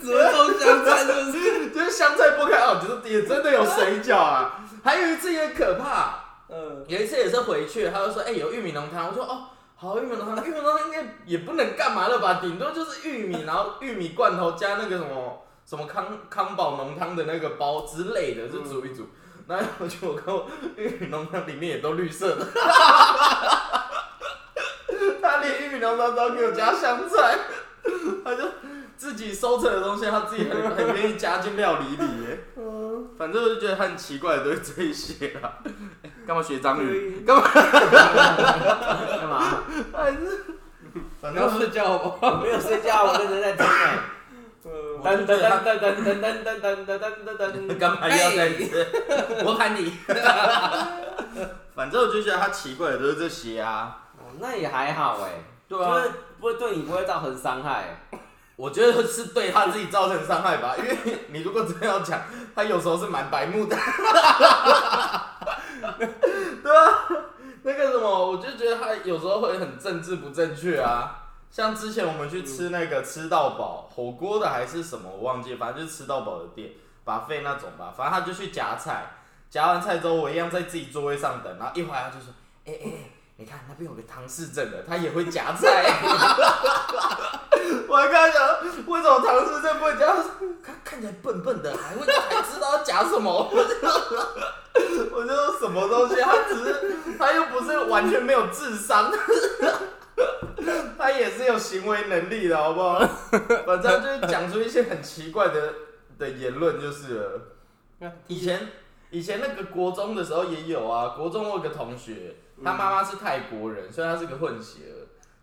Speaker 2: 只会种香菜是不是？
Speaker 3: 就是香菜剥开哦，就是也真的有水饺啊。还有一次也可怕，
Speaker 2: 嗯，
Speaker 3: 有一次也是回去，他就说，哎、有玉米浓汤，我说哦。好，玉米浓汤，玉米浓汤应该也不能干嘛了吧？顶多就是玉米，然后 玉米罐头加那个什么什么康康宝浓汤的那个包之类的，就煮一煮。然后我就我看我玉米浓汤里面也都绿色的， 他连玉米浓汤都给我加香菜，他就自己收成的东西，他自己很很愿意加进料理里耶。反正我就觉得他很奇怪，都是这一些 啦。干嘛学章鱼？干嘛？
Speaker 1: 干嘛？
Speaker 3: 还是反
Speaker 2: 你要
Speaker 3: 正
Speaker 2: 睡觉吧。
Speaker 1: 我没有睡觉，我认真在听哎。
Speaker 2: 嗯
Speaker 1: 噔噔噔噔噔噔噔噔噔噔噔噔。
Speaker 3: 干嘛要在这？ 我喊你。反正我就觉得他奇怪的都是这些啊。
Speaker 1: 哦那也还好哎，
Speaker 3: 对啊
Speaker 1: 就是不会对你不会造成伤害。欸
Speaker 3: 我觉得是对他自己造成伤害吧，因 为你如果真的要讲，他有时候是蛮白目的， 对啊，那个什么，我就觉得他有时候会很政治不正确啊。像之前我们去吃那个吃到饱火锅的还是什么，我忘记，反正就是吃到饱的店，把费那种吧，反正他就去夹菜，夹完菜之后，我一样在自己座位上等，然后一会儿他就说，哎、哎、哎你看那边有个唐氏症的，他也会夹菜。我还跟他讲，为什么唐诗正不会夹？他说看看起来笨笨的，啊还会还知道要夹什么？ 我就我就说什么东西？他只是他又不是完全没有智商，他也是有行为能力的，好不好？反正就是讲出一些很奇怪的的言论就是了。以前以前那个国中的时候也有啊，国中我有个同学，他妈妈是泰国人，所以他是个混血儿。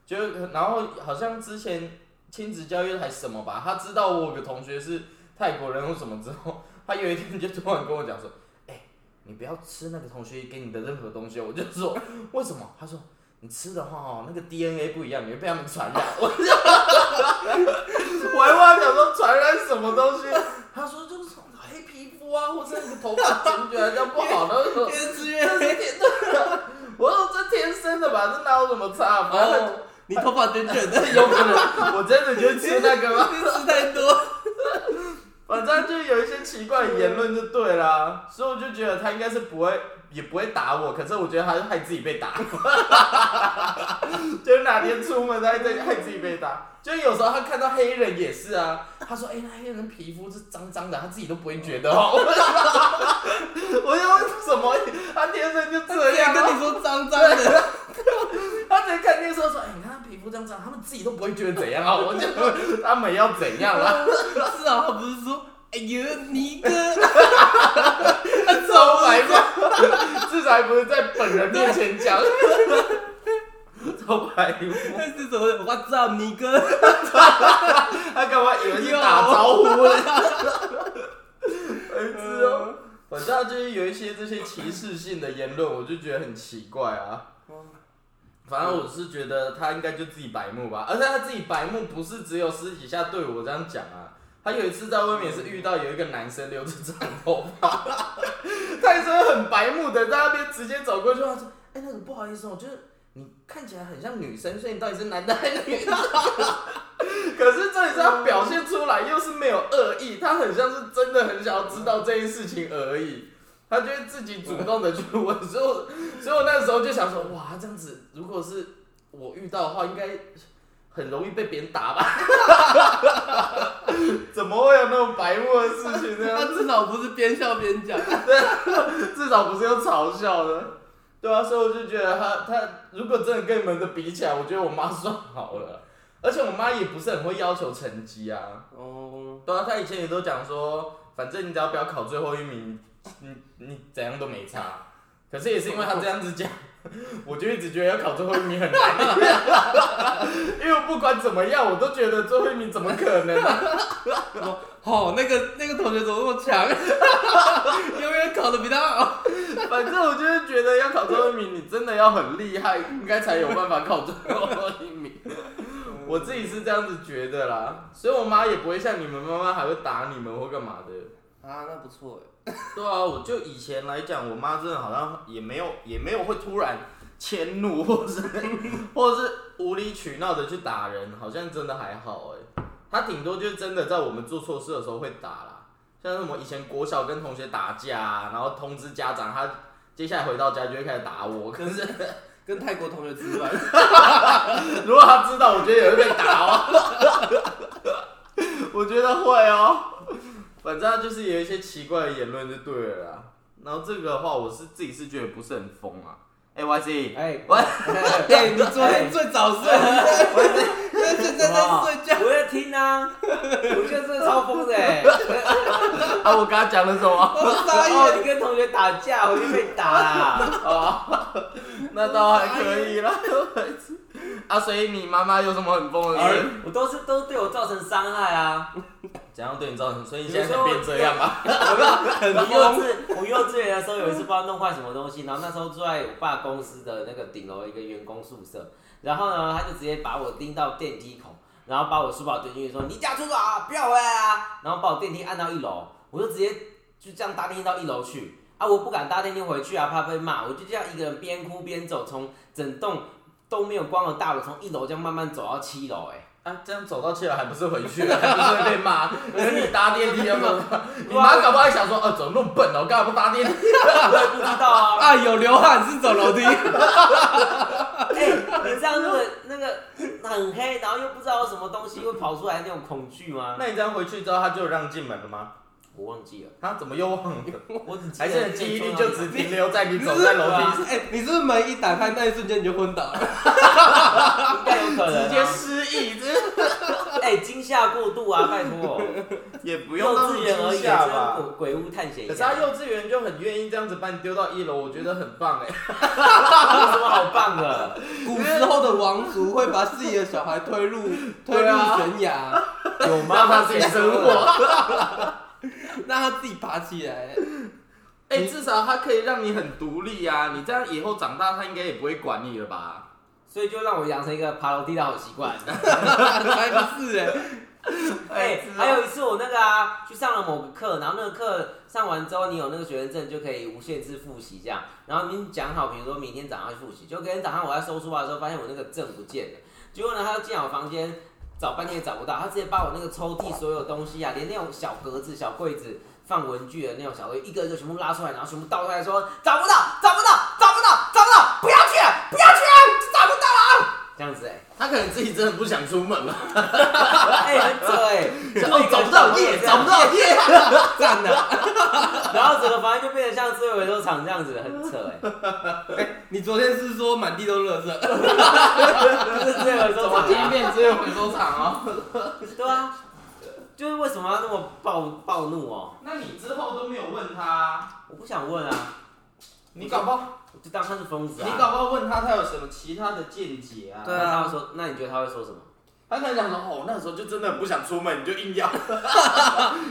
Speaker 3: 就然后好像之前亲子教育还是什么吧，他知道我有个同学是泰国人或什么之后，他有一天就突然跟我讲说：“哎、你不要吃那个同学给你的任何东西哦。”我就说：“ 为什么？”他说：“你吃的话哦，那个 DNA 不一样，你会被他们传染。” 我就我还问他讲说传染什么东西，他说就是什么黑皮肤啊，或者那个头发卷卷啊这样不好的。我说
Speaker 2: 越吃越
Speaker 3: 这 是天，我说这天生的吧，这哪有什么差？反正他
Speaker 2: 哦，你头发卷卷的，
Speaker 3: 有可能，我真的就吃那个吗？
Speaker 2: 你吃太多。
Speaker 3: 反正就有一些奇怪的言论就对啦，所以我就觉得他应该是不会，也不会打我，可是我觉得他是害自己被打， 就是哪天出门他在害自己被打。就有时候他看到黑人也是啊，他说：“哎、那黑人皮肤是脏脏的，他自己都不会觉得哦。” 我就说什么，他天生就这样、
Speaker 2: 也
Speaker 3: 啊。
Speaker 2: 跟你说脏脏的，
Speaker 3: 他直接看电视说：“哎、你看他皮肤这样这样，他们自己都不会觉得怎样啊，我就他们要怎样啊？
Speaker 2: 至少他不是说哎呦你 个，他
Speaker 3: 至少
Speaker 2: 超
Speaker 3: 还
Speaker 2: 白
Speaker 3: 不至少还不是在本人面前讲，超白目。
Speaker 2: 但是怎么？我操你哥！
Speaker 3: 他干嘛以为是打招呼呢？
Speaker 2: 嗯
Speaker 3: 白痴哦！反正他就是有一些这些歧视性的言论，我就觉得很奇怪啊。
Speaker 2: 嗯
Speaker 3: 反正我是觉得他应该就自己白目吧，而且他自己白目不是只有私底下对我这样讲啊。他有一次在外面也是遇到有一个男生留着长头发，泰森很白目的在那边直接走过去，他说：“哎、那个不好意思哦，就是你看起来很像女生，所以你到底是男的还是女的？”可是这里是他表现出来又是没有恶意，他很像是真的很想要知道这件事情而已。他就会自己主动的去问，所以我所以我那时候就想说，哇，这样子如果是我遇到的话，应该很容易被别人打吧？ 怎么会有那种白目的事情
Speaker 2: 他
Speaker 3: 呢？
Speaker 2: 至少不是边笑边讲。
Speaker 3: 至少不是用嘲笑的，对啊，所以我就觉得他他如果真的跟你们的比起来，我觉得我妈算好了，而且我妈也不是很会要求成绩啊。
Speaker 2: 哦，
Speaker 3: 对啊，他以前也都讲说，反正你只要不要考最后一名，你你怎样都没差。可是也是因为他这样子讲， 我就一直觉得要考最后一名很难，啊 因为我不管怎么样，我都觉得最后一名怎么可能、啊
Speaker 2: 哦，那个那个同学怎么那么强？ 永远考的比他好。
Speaker 3: 反正我就是觉得要考最后一名，你真的要很厉害，应该才有办法考最后一名。我自己是这样子觉得啦，所以我妈也不会像你们妈妈还会打你们或干嘛的。
Speaker 2: 啊，那不错
Speaker 3: 对啊，我就以前来讲，我妈真的好像也没有也没有会突然迁怒，或是或是无理取闹的去打人，好像真的还好哎。她顶多就真的在我们做错事的时候会打啦，像什么以前国小跟同学打架、啊，然后通知家长，她接下来回到家就会开始打我。可是
Speaker 2: 跟泰国同学吃饭，
Speaker 3: 如果她知道，我觉得也会被打哦。 我觉得会哦。反正她就是有一些奇怪的言论就对了啦。然后这个的话，我是自己是觉得不是很疯啊。哎、y c
Speaker 1: 哎，
Speaker 3: 喂
Speaker 2: 哎、你 昨天最早 睡，现在在在睡觉。
Speaker 1: 我在听啊，我觉得这超疯的哎！
Speaker 3: 啊，我刚刚讲了什 么？
Speaker 2: 我傻
Speaker 1: 哦，
Speaker 2: 眼，
Speaker 1: 你跟同学打架，我就被打 啦。
Speaker 3: 那倒还可以啦。 啊，所以你妈妈有什么很疯的事？
Speaker 1: 我都是都对我造成伤害啊！
Speaker 3: 怎样对你造成？所以
Speaker 1: 你现在才变这样
Speaker 3: 吗？
Speaker 1: 我幼稚，我幼稚园的时候有一次不知道弄坏什么东西，然后那时候住在我爸公司的那个顶楼一个员工宿舍，然后呢，他就直接把我拎到电梯口，然后把我书包丢进去，说你家出走啊，不要回来啊，然后把我电梯按到一楼，我就直接就这样搭电梯到一楼去啊，我不敢搭电梯回去啊，怕被骂，我就这样一个人边哭边走，从整栋都没有光的大楼从一楼这样慢慢走到七楼、哎。
Speaker 3: 啊，这样走到七楼还不是回去，还不是会被骂？ 可是你搭电梯要不 要？你
Speaker 1: 哇
Speaker 3: 妈搞不好还想说，呃，怎么那么笨呢？我干嘛不搭电梯？
Speaker 1: 我也不知道啊，
Speaker 2: 啊，有流汗是走楼梯。
Speaker 1: 哎、你这样如果那个很黑，然后又不知道有什么东西会跑出来那种恐惧吗？
Speaker 3: 那你这样回去之后，他就让进门了吗？
Speaker 1: 我忘记了，
Speaker 3: 他怎么又忘了？
Speaker 1: 我只记得
Speaker 3: 还是你记忆力就只停留在你走在楼梯上？
Speaker 2: 哎、你是不是门一打开那一瞬间你就昏倒 了？
Speaker 1: 应该有可能、啊、
Speaker 3: 直接失忆，这
Speaker 1: 哎惊吓过度啊，拜托，
Speaker 3: 也不
Speaker 1: 幼
Speaker 3: 用那么
Speaker 1: 稚园而
Speaker 3: 惊
Speaker 1: 已，
Speaker 3: 吓
Speaker 1: 这
Speaker 3: 吧。
Speaker 1: 是鬼鬼屋探险一
Speaker 3: 可是他
Speaker 1: 下，
Speaker 3: 幼稚园就很愿意这样子把你丢到一楼，我觉得很棒哎、
Speaker 1: 有什么好棒的？
Speaker 2: 古时候的王族会把自己的小孩推入推
Speaker 3: 对
Speaker 2: 入
Speaker 3: 啊
Speaker 2: 悬崖，
Speaker 1: 有
Speaker 3: 让他自己生活。
Speaker 2: 让他自己爬起来。
Speaker 3: 哎、至少他可以让你很独立啊！你这样以后长大，他应该也不会管你了吧？
Speaker 1: 所以就让我养成一个爬楼梯的好习惯。
Speaker 2: 才不是哎、
Speaker 3: 哦
Speaker 1: 哎、
Speaker 3: 知道
Speaker 1: 还有一次我那个啊，去上了某个课，然后那个课上完之后，你有那个学生证就可以无限制复习这样。然后你讲好，比如说明天早上去复习，就隔天早上我在收书包的时候，发现我那个证不见了。结果呢，他就进我房间找半天也找不到，他直接把我那个抽屉所有东西啊，连那种小格子、小柜子放文具的那种小柜，一个一个全部拉出来，然后全部倒出来说找不到，找不到，找不到，找不到，不要去，不要去，找不到了，这样子哎、
Speaker 3: 他可能自己真的不想出门了，
Speaker 1: 哎、很扯哎、
Speaker 3: 哦，找不到夜，找不到夜。
Speaker 2: 赞呐、
Speaker 1: 然后整个房间就变得像自由回收场这样子，很扯哎、
Speaker 2: 你昨天是说满地都是垃 圾，
Speaker 1: 就是自由回
Speaker 3: 怎
Speaker 1: 收
Speaker 3: 么
Speaker 1: 场、
Speaker 3: 今
Speaker 1: 啊，
Speaker 3: 天只有回收场哦？
Speaker 1: 对啊，就是为什么要那么暴暴怒哦？
Speaker 3: 那你之后都没有问他，
Speaker 1: 我不想问啊，
Speaker 3: 你搞不好，
Speaker 1: 我就当他是疯子
Speaker 3: 你
Speaker 1: 啊。
Speaker 3: 搞不好问他，他有什么其他的见解啊？
Speaker 1: 对啊，他会说，那你觉得他会说什么？
Speaker 3: 他可能想说，哦，那时候就真的很不想出门，你就 硬要，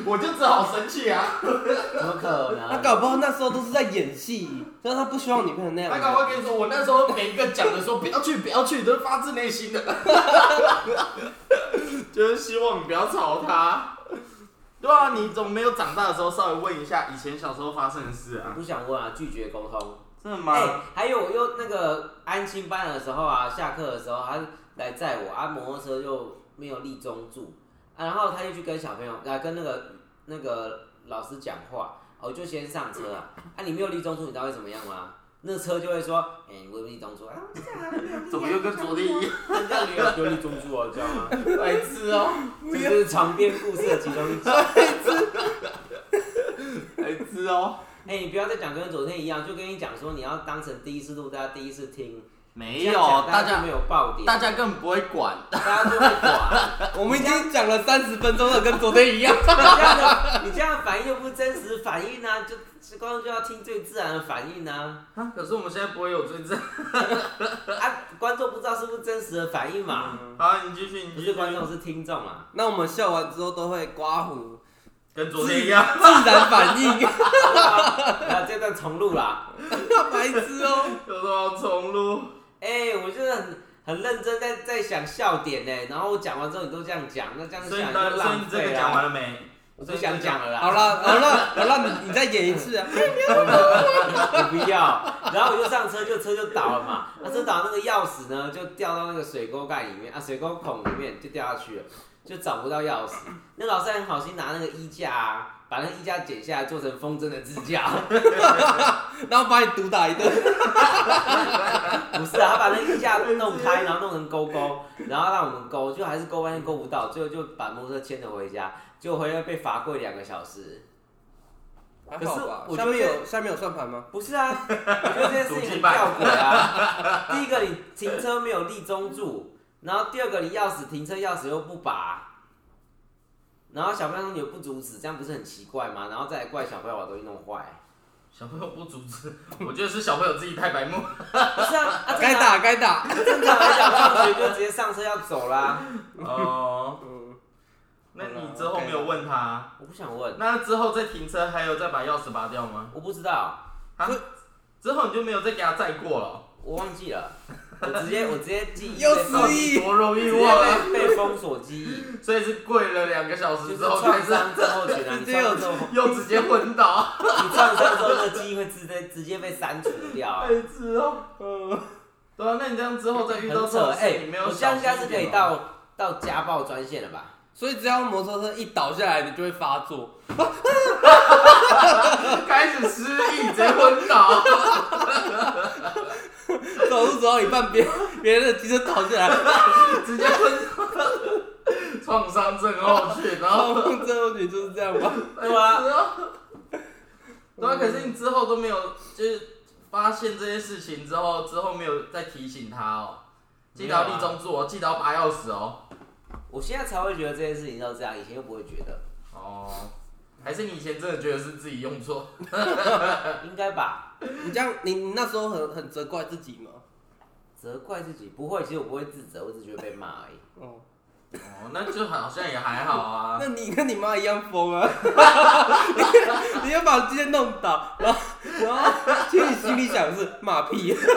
Speaker 3: 我就只好生气啊。
Speaker 1: 怎么可
Speaker 2: 他
Speaker 1: 能？
Speaker 2: 搞不好那时候都是在演戏，但是他不希望你变成那样
Speaker 3: 他赶
Speaker 2: 的。
Speaker 3: 快跟你说，我那时候每一个讲的说不要去，不要去，都是发自内心的， 就是希望你不要吵他。对啊，你总没有长大的时候稍微问一下以前小时候发生的事
Speaker 1: 我
Speaker 3: 啊？
Speaker 1: 不想问啊，拒绝沟通。
Speaker 3: 真的吗？
Speaker 1: 哎、还有我又那个安亲班的时候啊，下课的时候他来载我，啊，摩托车就没有立中柱，啊，然后他就去跟小朋友，啊，跟那个那个老师讲话，啊我就先上车啊，啊，你没有立中柱，你知道会怎么样吗？那车就会说，哎、你为立中柱啊，这样啊没有立啊
Speaker 3: 怎么又跟昨天一样？
Speaker 1: 人家没 有立中柱啊，知道吗？
Speaker 3: 白痴哦、
Speaker 1: 这是床边故事的其中一集。
Speaker 3: 白痴哦、
Speaker 1: 哎、你不要再讲跟昨天一样，就跟你讲说你要当成第一次录，大家第一次听，
Speaker 3: 没有
Speaker 1: 这样，讲
Speaker 3: 大
Speaker 1: 家就
Speaker 3: 家
Speaker 1: 没有爆点，
Speaker 3: 大家根本不会管。
Speaker 1: 大家就会管。
Speaker 2: 我们已经讲了三十分钟了，跟昨天一样。
Speaker 1: 你这样的，你这样的反应又不是真实反应啊，就观众就要听最自然的反应啊。
Speaker 3: 啊可是我们现在不会有罪证。
Speaker 1: 啊，观众不知道是不是真实的反应嘛？
Speaker 3: 好，你继续，你
Speaker 1: 不
Speaker 3: 继
Speaker 1: 是
Speaker 3: 续。
Speaker 1: 观众，是听众 啊。
Speaker 2: 那我们笑完之后都会刮胡，
Speaker 3: 跟昨天一样。
Speaker 2: 自然反应，
Speaker 1: 啊，这段重录啦。
Speaker 2: 白痴哦。
Speaker 3: 有什么重录？
Speaker 1: 哎、我真的很很认真在在想笑点呢、然后我讲完之后你都这样讲，那这样
Speaker 3: 所以
Speaker 1: 想
Speaker 3: 你到
Speaker 1: 就
Speaker 3: 底，所以
Speaker 1: 浪
Speaker 3: 你这
Speaker 1: 费
Speaker 3: 个
Speaker 1: 了、
Speaker 3: 讲完了没？
Speaker 1: 我不想讲了啦。
Speaker 2: 好了好了好了，你你再演一 次啊！
Speaker 1: 我不要。然后我就上车，就车就倒了嘛。那车倒，那个钥匙呢，就掉到那个水沟盖里面啊，水沟孔里面就掉下去了，就找不到钥匙。那老师还很好心拿那个衣架啊，把那个衣架剪下来做成风筝的支架。
Speaker 2: 然后把你毒打一顿，
Speaker 1: 不是啊，他把那个衣架弄开，然后弄成勾勾，然后让我们勾，就还是勾半天勾不到，最后就把摩托车牵了回家，结果回来被罚跪两个小时。
Speaker 2: 还
Speaker 1: 可是
Speaker 2: 好吧？
Speaker 1: 我觉
Speaker 2: 下
Speaker 1: 得
Speaker 2: 面有下面有算盘吗？
Speaker 1: 不是 啊，我觉得这件事情很吊诡啊。第一个，你停车没有立中柱，然后第二个，你钥匙停车钥匙又不拔，然后小朋友说你又不阻止，这样不是很奇怪吗？然后再来怪小朋友把东西弄坏，
Speaker 3: 小朋友不阻止， 我觉得是小朋友自己太白 目。
Speaker 1: 不是啊？啊
Speaker 2: 该
Speaker 1: 正常
Speaker 2: 打该打。
Speaker 1: 正常来讲，放学就直接上车要走啦。
Speaker 3: 哦，
Speaker 2: 嗯，
Speaker 3: 那你之后没有问他？
Speaker 1: 我不想问，
Speaker 3: 那之后再停车还有再把钥匙拔掉吗？
Speaker 1: 我不知道，
Speaker 3: 啊，之后你就没有再给他载过了。
Speaker 1: 我忘记了，我直接我直接记忆
Speaker 2: 又
Speaker 1: 被
Speaker 2: 失
Speaker 1: 封
Speaker 2: 忆
Speaker 3: 多容易
Speaker 1: 直
Speaker 3: 忘 啊！
Speaker 1: 接被被封锁记忆，
Speaker 3: 所以是跪了两个小
Speaker 1: 就
Speaker 3: 时
Speaker 1: 是
Speaker 3: 之后开
Speaker 1: 创
Speaker 3: 始，
Speaker 1: 伤症候群啊，你
Speaker 2: 直接有
Speaker 1: 创伤症候群
Speaker 3: 又直接昏 倒。
Speaker 1: 你创伤之后，那记忆会直接直接被删除掉、啊。
Speaker 3: 白痴哦。对啊，那你这样之后再遇到
Speaker 1: 很
Speaker 3: 这
Speaker 1: 扯
Speaker 3: 种
Speaker 1: 哎
Speaker 3: 事，你没有
Speaker 1: 我这
Speaker 3: 小
Speaker 1: 样
Speaker 3: 心
Speaker 1: 应
Speaker 3: 一
Speaker 1: 该
Speaker 3: 点哦
Speaker 1: 是可以
Speaker 3: 吗
Speaker 1: 到到家暴专线了吧？
Speaker 2: 所以只要摩托车一倒下来，你就会发作。
Speaker 3: 开始失忆，直接昏 倒。
Speaker 2: 走路走到一半，别别人的机车倒下 来，
Speaker 3: 直接昏倒，创伤症候群，然
Speaker 2: 然后
Speaker 3: 后
Speaker 2: 最后你就是这样吧。
Speaker 1: 对啊，
Speaker 3: 对啊，可是你之后都没有，就是发现这些事情之后，之后没有再提醒他哦，记得要立中柱哦，记得要拔钥匙哦。
Speaker 1: 我现在才会觉得这件事情都这样，以前又不会觉得，
Speaker 3: 哦，还是你以前真的觉得是自己用错？嗯
Speaker 1: 应该吧？
Speaker 2: 你这样，你你那时候很很责怪自己吗？
Speaker 1: 责怪自己不会，其实我不会自责，我只觉得被骂 而已。
Speaker 2: 哦，
Speaker 3: 哦，那就好像也还好啊。
Speaker 2: 那你跟你妈一样疯 啊！你你要把机车弄倒，然后然后其实你心里想的是马屁，
Speaker 1: 哎、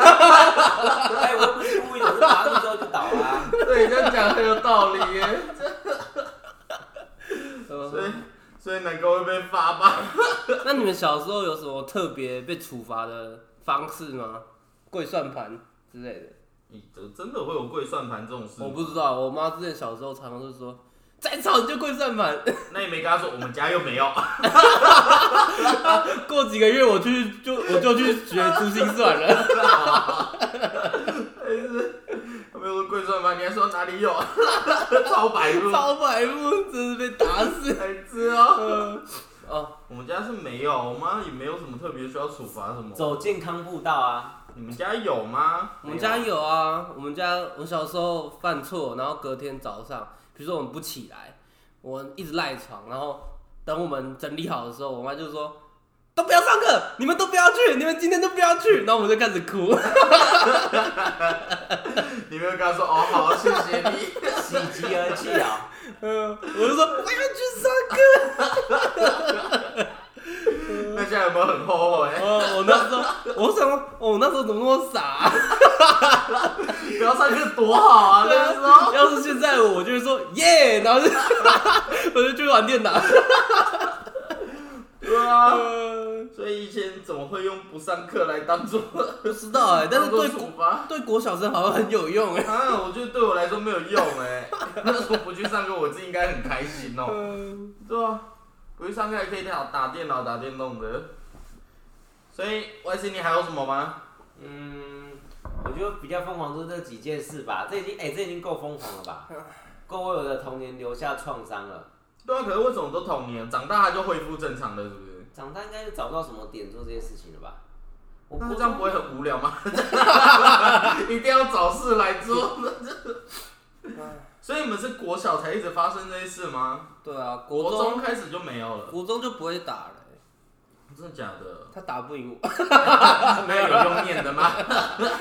Speaker 1: 我又不是故意的，我是爬上去之后就倒啊啦、
Speaker 3: 对，这样讲很有道理耶。所以，所以难怪会被罚吧？
Speaker 2: 那你们小时候有什么特别被处罚的方式吗？跪算盘之类的？
Speaker 3: 你真的会有跪算盘这种事吗？
Speaker 2: 我不知道，我妈之前小时候常常就说，再吵你就跪算盘。
Speaker 3: 那也没跟他说，我们家又没有。
Speaker 2: 过几个月我去就我就去学珠心算了。
Speaker 3: 他们说跪算盘，你还说哪里有？ 超白 目，
Speaker 2: 超白目，真是被打死。
Speaker 3: 白痴哦。
Speaker 2: 呃 哦，
Speaker 3: 我们家是没有，我妈也没有什么特别需要处罚什么。
Speaker 1: 走健康步道啊，
Speaker 3: 你们家有吗？
Speaker 2: 我们家有啊，我们家我小时候犯错，然后隔天早上，比如说我们不起来，我一直赖床，然后等我们整理好的时候，我妈就说：“都不要上课，你们都不要去，你们今天都不要去，然后我们就开始哭。
Speaker 3: 你没有跟他说哦，好，谢谢 你。
Speaker 1: 喜极而泣 啊！
Speaker 2: 嗯，我就说我要去上课。
Speaker 3: 那现在有没有很后悔？
Speaker 2: 哦，我那时候，我想说，哦，我那时候怎么那么傻啊、
Speaker 3: 不要上课多好啊，
Speaker 2: 对
Speaker 3: 那
Speaker 2: 啊
Speaker 3: 时候。
Speaker 2: 要是现在我，我就会说耶，然后就 我就去玩电脑。
Speaker 3: 对啊，
Speaker 2: 呃
Speaker 3: 所以以前怎么会用不上课来当做
Speaker 2: 不知道哎、但是
Speaker 3: 当做
Speaker 2: 对国
Speaker 3: 处罚？
Speaker 2: 对国小生好像很有用哎、
Speaker 3: 啊，我觉得对我来说没有用哎、 那时候不去上课，我自己应该很开心哦、
Speaker 2: 嗯
Speaker 3: 对啊，不去上课还可以打打电脑、打电动的。所以 Y C 你还有什么吗？
Speaker 1: 嗯，我觉得比较疯狂就是这几件事吧，这已经哎、这已经够疯狂了 吧，够为我的童年留下创伤了。
Speaker 3: 对啊，可是为什么都童年？长大它就恢复正常了，是不是？
Speaker 1: 长大应该是找不到什么点做这些事情了吧？我
Speaker 3: 那
Speaker 1: 不
Speaker 3: 这样不会很无聊吗？ 一定要找事来做。所以你们是国小才一直发生这些事吗？
Speaker 2: 对啊，
Speaker 3: 国
Speaker 2: 国中
Speaker 3: 开始就没有了，
Speaker 2: 国中就不会打了欸、
Speaker 3: 真的假的？
Speaker 2: 他打不赢我。
Speaker 3: 没有有用念 的吗？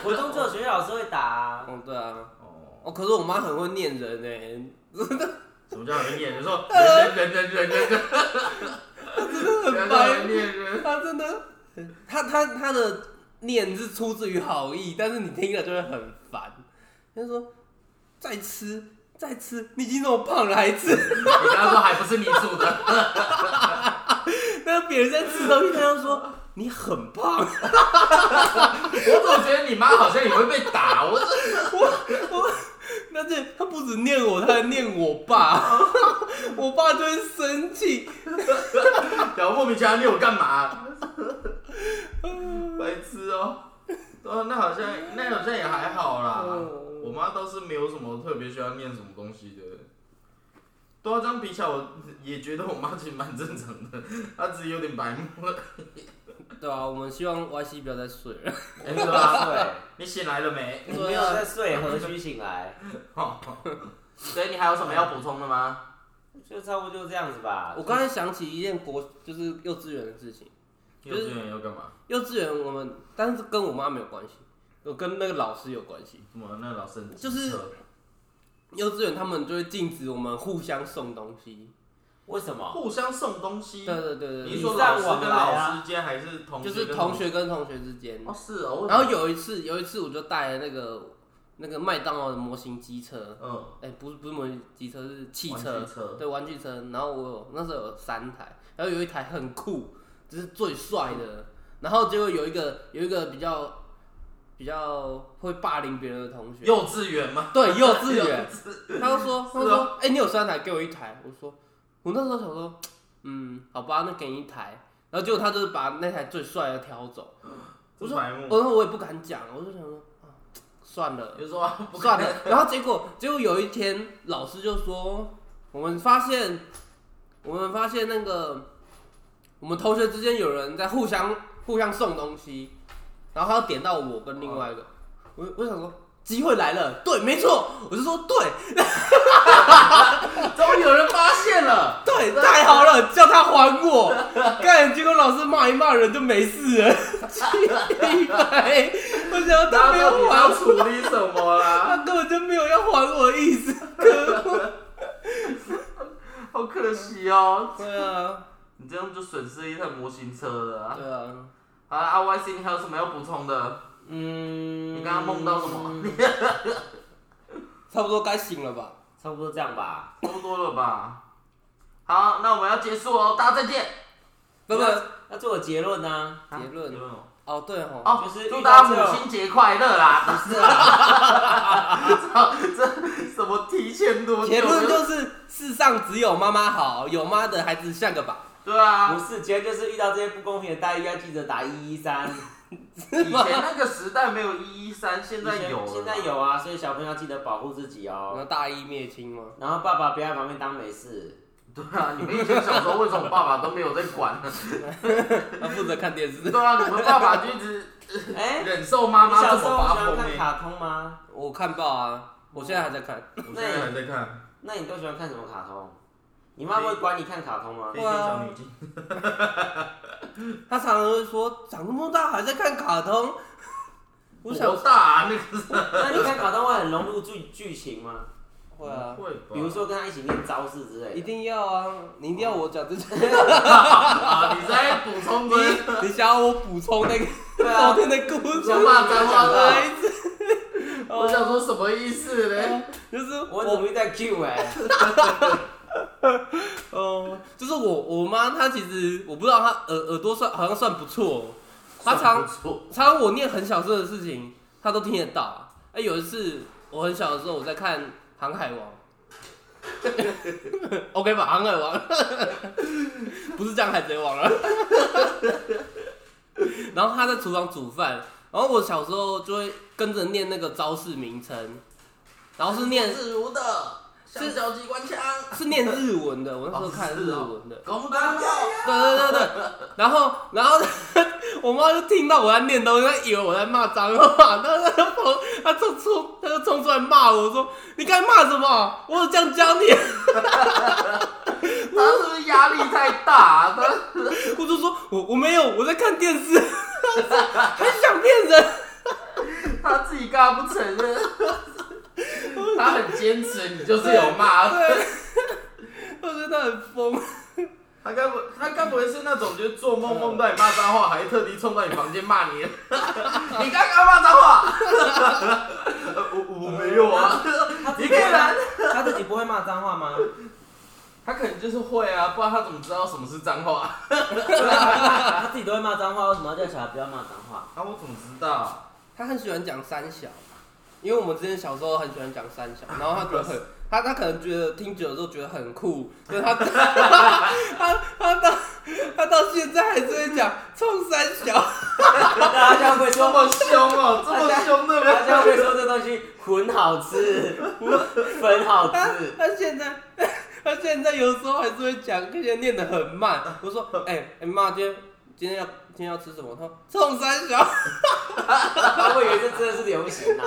Speaker 1: 国中只有学校老师会打、 啊，
Speaker 2: 哦，对啊，
Speaker 3: 哦，
Speaker 2: 哦，可是我妈很会念人哎、
Speaker 3: 什么叫有念？你说人人人人人人，
Speaker 2: 真的很
Speaker 3: 人
Speaker 2: 白
Speaker 3: 人念人，
Speaker 2: 她真的，她她她的念是出自于好意，但是你听了就会很烦。她说再吃再吃，你已经那么胖了还吃。
Speaker 3: 你刚刚说还不是你煮的，
Speaker 2: 那别人在吃东西，他就说你很胖。
Speaker 3: 我总觉得你妈好像也会被打，我
Speaker 2: 但是他不止念我，他还念我 爸，我爸就会生气。
Speaker 3: 然后莫名其妙念我干嘛？白痴哦、哦，那好像那好像也还好啦。
Speaker 2: 嗯
Speaker 3: 我妈倒是没有什么特别需要念什么东西的。对啊，这样比起来，我也觉得我妈其实蛮正常的，她只是有点白目了。
Speaker 2: 对啊，我们希望 Y C 不要再睡了。
Speaker 1: 哎、对啊，对。
Speaker 3: 你醒来了没？
Speaker 1: 你没有在睡，何须醒来？
Speaker 3: 所以你还有什么要补充的吗？
Speaker 1: 就差不多就这样子吧。
Speaker 2: 我刚才想起一件国就是幼稚园的事情，
Speaker 3: 幼稚园要干嘛？
Speaker 2: 幼稚园我们，但是跟我妈没有关系，我跟那个老师有关系。
Speaker 3: 怎么那老师很机
Speaker 2: 就是
Speaker 3: 车
Speaker 2: 幼稚园他们就会禁止我们互相送东西。
Speaker 1: 为什么？
Speaker 3: 互相送东
Speaker 2: 对
Speaker 3: 西？啊
Speaker 2: 对对对
Speaker 3: 你
Speaker 2: 对，
Speaker 3: 是说
Speaker 1: 礼
Speaker 3: 老
Speaker 1: 尚
Speaker 3: 师
Speaker 1: 往
Speaker 3: 跟
Speaker 1: 来啊
Speaker 3: 老师间还是同学
Speaker 2: 就是
Speaker 3: 跟
Speaker 2: 同学跟同学之间。
Speaker 3: 哦是哦，为什
Speaker 2: 然
Speaker 3: 么
Speaker 2: 后有一次，有一次我就带那个那个麦当劳的模型机车，
Speaker 3: 嗯
Speaker 2: 哎、不是不是模型机车，是汽
Speaker 3: 玩
Speaker 2: 车，
Speaker 3: 具车
Speaker 2: 对，玩具车。然后我有那时候有三台，然后有一台很酷，就是最帅的。然后结果有一个有一个比较比较会霸凌别人的同学，
Speaker 3: 幼稚园吗？
Speaker 2: 对幼稚园，他就说
Speaker 3: 是
Speaker 2: 他
Speaker 3: 哦
Speaker 2: 就说，哎、你有三台，给我一台。我说我那时候想说，嗯，好吧，那给你一台。然后结果他就是把那台最帅的挑走，我说
Speaker 3: 白目，
Speaker 2: 然后我也不敢讲，我就想说，啊算了。
Speaker 3: 就说啊
Speaker 2: 不算了。然后结果，结果有一天老师就说，我们发现，我们发现那个我们同学之间有人在互相互相送东西，然后他要点到我跟另外一个，我我想说。机会来了，对，没错，我就说对
Speaker 3: 终于有人发现 了，
Speaker 2: 对，太好了，叫他还我。干，结果老师骂一骂人就没事了， 气白，我想要他
Speaker 3: 大
Speaker 2: 没
Speaker 3: 家到底
Speaker 2: 有还
Speaker 3: 要
Speaker 2: 我，
Speaker 3: 处理什么啦？
Speaker 2: 他根本就没有要还我的意思，可恶。
Speaker 3: 好可惜哦，
Speaker 2: 对啊，
Speaker 3: 你这样就损失一台模型车了啊。
Speaker 2: 对啊。
Speaker 3: 好啦，R Y C，你还有什么要补充的？
Speaker 1: 嗯，
Speaker 3: 你刚刚梦到什么？
Speaker 2: 嗯差不多该醒了吧？
Speaker 1: 差不多这样吧。
Speaker 3: 差不多了吧？好，那我们要结束哦，大家再见。
Speaker 2: 不不，
Speaker 1: 要做个结论啊 呢、
Speaker 2: 结论
Speaker 3: 论哦
Speaker 2: 哦，对吼，
Speaker 3: 哦
Speaker 1: 就是遇到
Speaker 3: 祝大家母亲节快 乐啦！
Speaker 1: 不是啊，
Speaker 3: 什么提前多久？
Speaker 2: 结论就是世上只有妈妈好，有妈的孩子像个宝，
Speaker 3: 对啊
Speaker 1: 不，是，结论就是遇到这些不公平的待遇，要记得打一一三。
Speaker 2: 是
Speaker 3: 以
Speaker 2: 吗？
Speaker 3: 前那个时代没有一一三，现在有了，
Speaker 1: 现在有啊，所以小朋友要记得保护自己
Speaker 2: 然后
Speaker 1: 哦。
Speaker 2: 大义灭亲 吗？
Speaker 1: 然后爸爸不要在旁边当没 事。
Speaker 3: 对啊，你们以前小时候为什么爸爸都没有在 管呢？
Speaker 2: 他负责看电 视。
Speaker 3: 对啊，你们爸爸就一直
Speaker 1: 哎、
Speaker 3: 忍受妈
Speaker 1: 你
Speaker 3: 妈
Speaker 1: 小
Speaker 3: 这
Speaker 1: 时候
Speaker 3: 么
Speaker 1: 有喜欢
Speaker 3: 发疯
Speaker 1: 看
Speaker 3: 欸。
Speaker 1: 卡通吗？
Speaker 2: 我看报啊，我现在还在看。
Speaker 3: 我现在还在看，
Speaker 1: 那你都喜欢看什么卡通？你妈会管你看卡通吗？
Speaker 3: 飞天小女警，
Speaker 2: 他常常会说长那么大还在看卡通， 我想
Speaker 3: 多大啊那个
Speaker 1: 那你看卡通会很融入剧剧情吗？
Speaker 2: 会啊，
Speaker 3: 会吧？
Speaker 1: 比如说跟他一起练招式之类的。
Speaker 2: 一定要啊，你一定要我讲这些，
Speaker 3: 啊，你在补充
Speaker 2: 你
Speaker 3: 跟
Speaker 2: 你想要我啊补充 那个
Speaker 1: 啊
Speaker 2: 昨天的故事
Speaker 3: 想骂脏话
Speaker 2: 吗？
Speaker 3: 了
Speaker 2: 孩子，
Speaker 3: 我想说什么意思呢？
Speaker 2: 就是
Speaker 1: 我
Speaker 2: 我
Speaker 1: 努力在 Q 哎、
Speaker 2: 哦，就是我我妈她其实我不知道她耳耳朵算好像算不错哦，她常
Speaker 3: 算不错
Speaker 2: 常常我念很小声的事情，她都听得到啊。哎、有一次我很小的时候我在看《航海王》，OK 吧，《航海王》 不是这样，《海贼王》啊。 然后她在厨房煮饭，然后我小时候就会跟着念那个招式名称，然后是念
Speaker 3: 自如的橡胶机关枪，
Speaker 1: 哦
Speaker 2: 是念日文的，我那时候
Speaker 3: 哦
Speaker 2: 看
Speaker 3: 是
Speaker 2: 日
Speaker 3: 哦
Speaker 2: 文的。
Speaker 3: 公干掉，
Speaker 2: 对对对对，然后然后 我妈就听到我在念东西，她以为我在骂脏话，然后她就跑，她冲冲，她就冲出来骂我说：“你该骂什么？我有这样教你
Speaker 3: 他是不是压力太大？他？”
Speaker 2: 我就说：“我我没有，我在看电视。”还想骗人，
Speaker 3: 他自己干嘛不承认？ 他很坚持，你就是有骂。
Speaker 2: 对，我觉得她很疯。
Speaker 3: 他该不他该不会是那种就是做梦梦到你骂脏话，还特地冲到你房间 骂你？你刚刚骂脏 话？呃我我没有啊，
Speaker 1: 他自
Speaker 3: 你
Speaker 1: 己
Speaker 3: 骗人！
Speaker 1: 他自己不会骂脏话吗？
Speaker 3: 他可能就是会啊，不然他怎么知道什么是脏话？
Speaker 1: 他自己都会骂脏话，为什么要叫小孩不要骂脏 话？
Speaker 3: 那、啊我怎么知道？
Speaker 2: 她很喜欢讲三小，因为我们之前小时候很喜欢讲三小，然后她觉得很，
Speaker 3: 哎
Speaker 2: 她她可能觉得听久了之后觉得很酷，所以 她她她到她到现在还是会讲冲三小，
Speaker 1: 大家会
Speaker 3: 这
Speaker 1: 说，
Speaker 3: 么凶哦，这么凶对不
Speaker 1: 大家
Speaker 3: 对？
Speaker 1: 会说这东西很好吃，粉好
Speaker 2: 她
Speaker 1: 吃。
Speaker 2: 她现在她现在有时候还是会讲，而且念得很慢。我 说哎哎妈，今天今天要今天要吃什么？她说冲三 小，
Speaker 1: 他会以为这真的是流行 啊，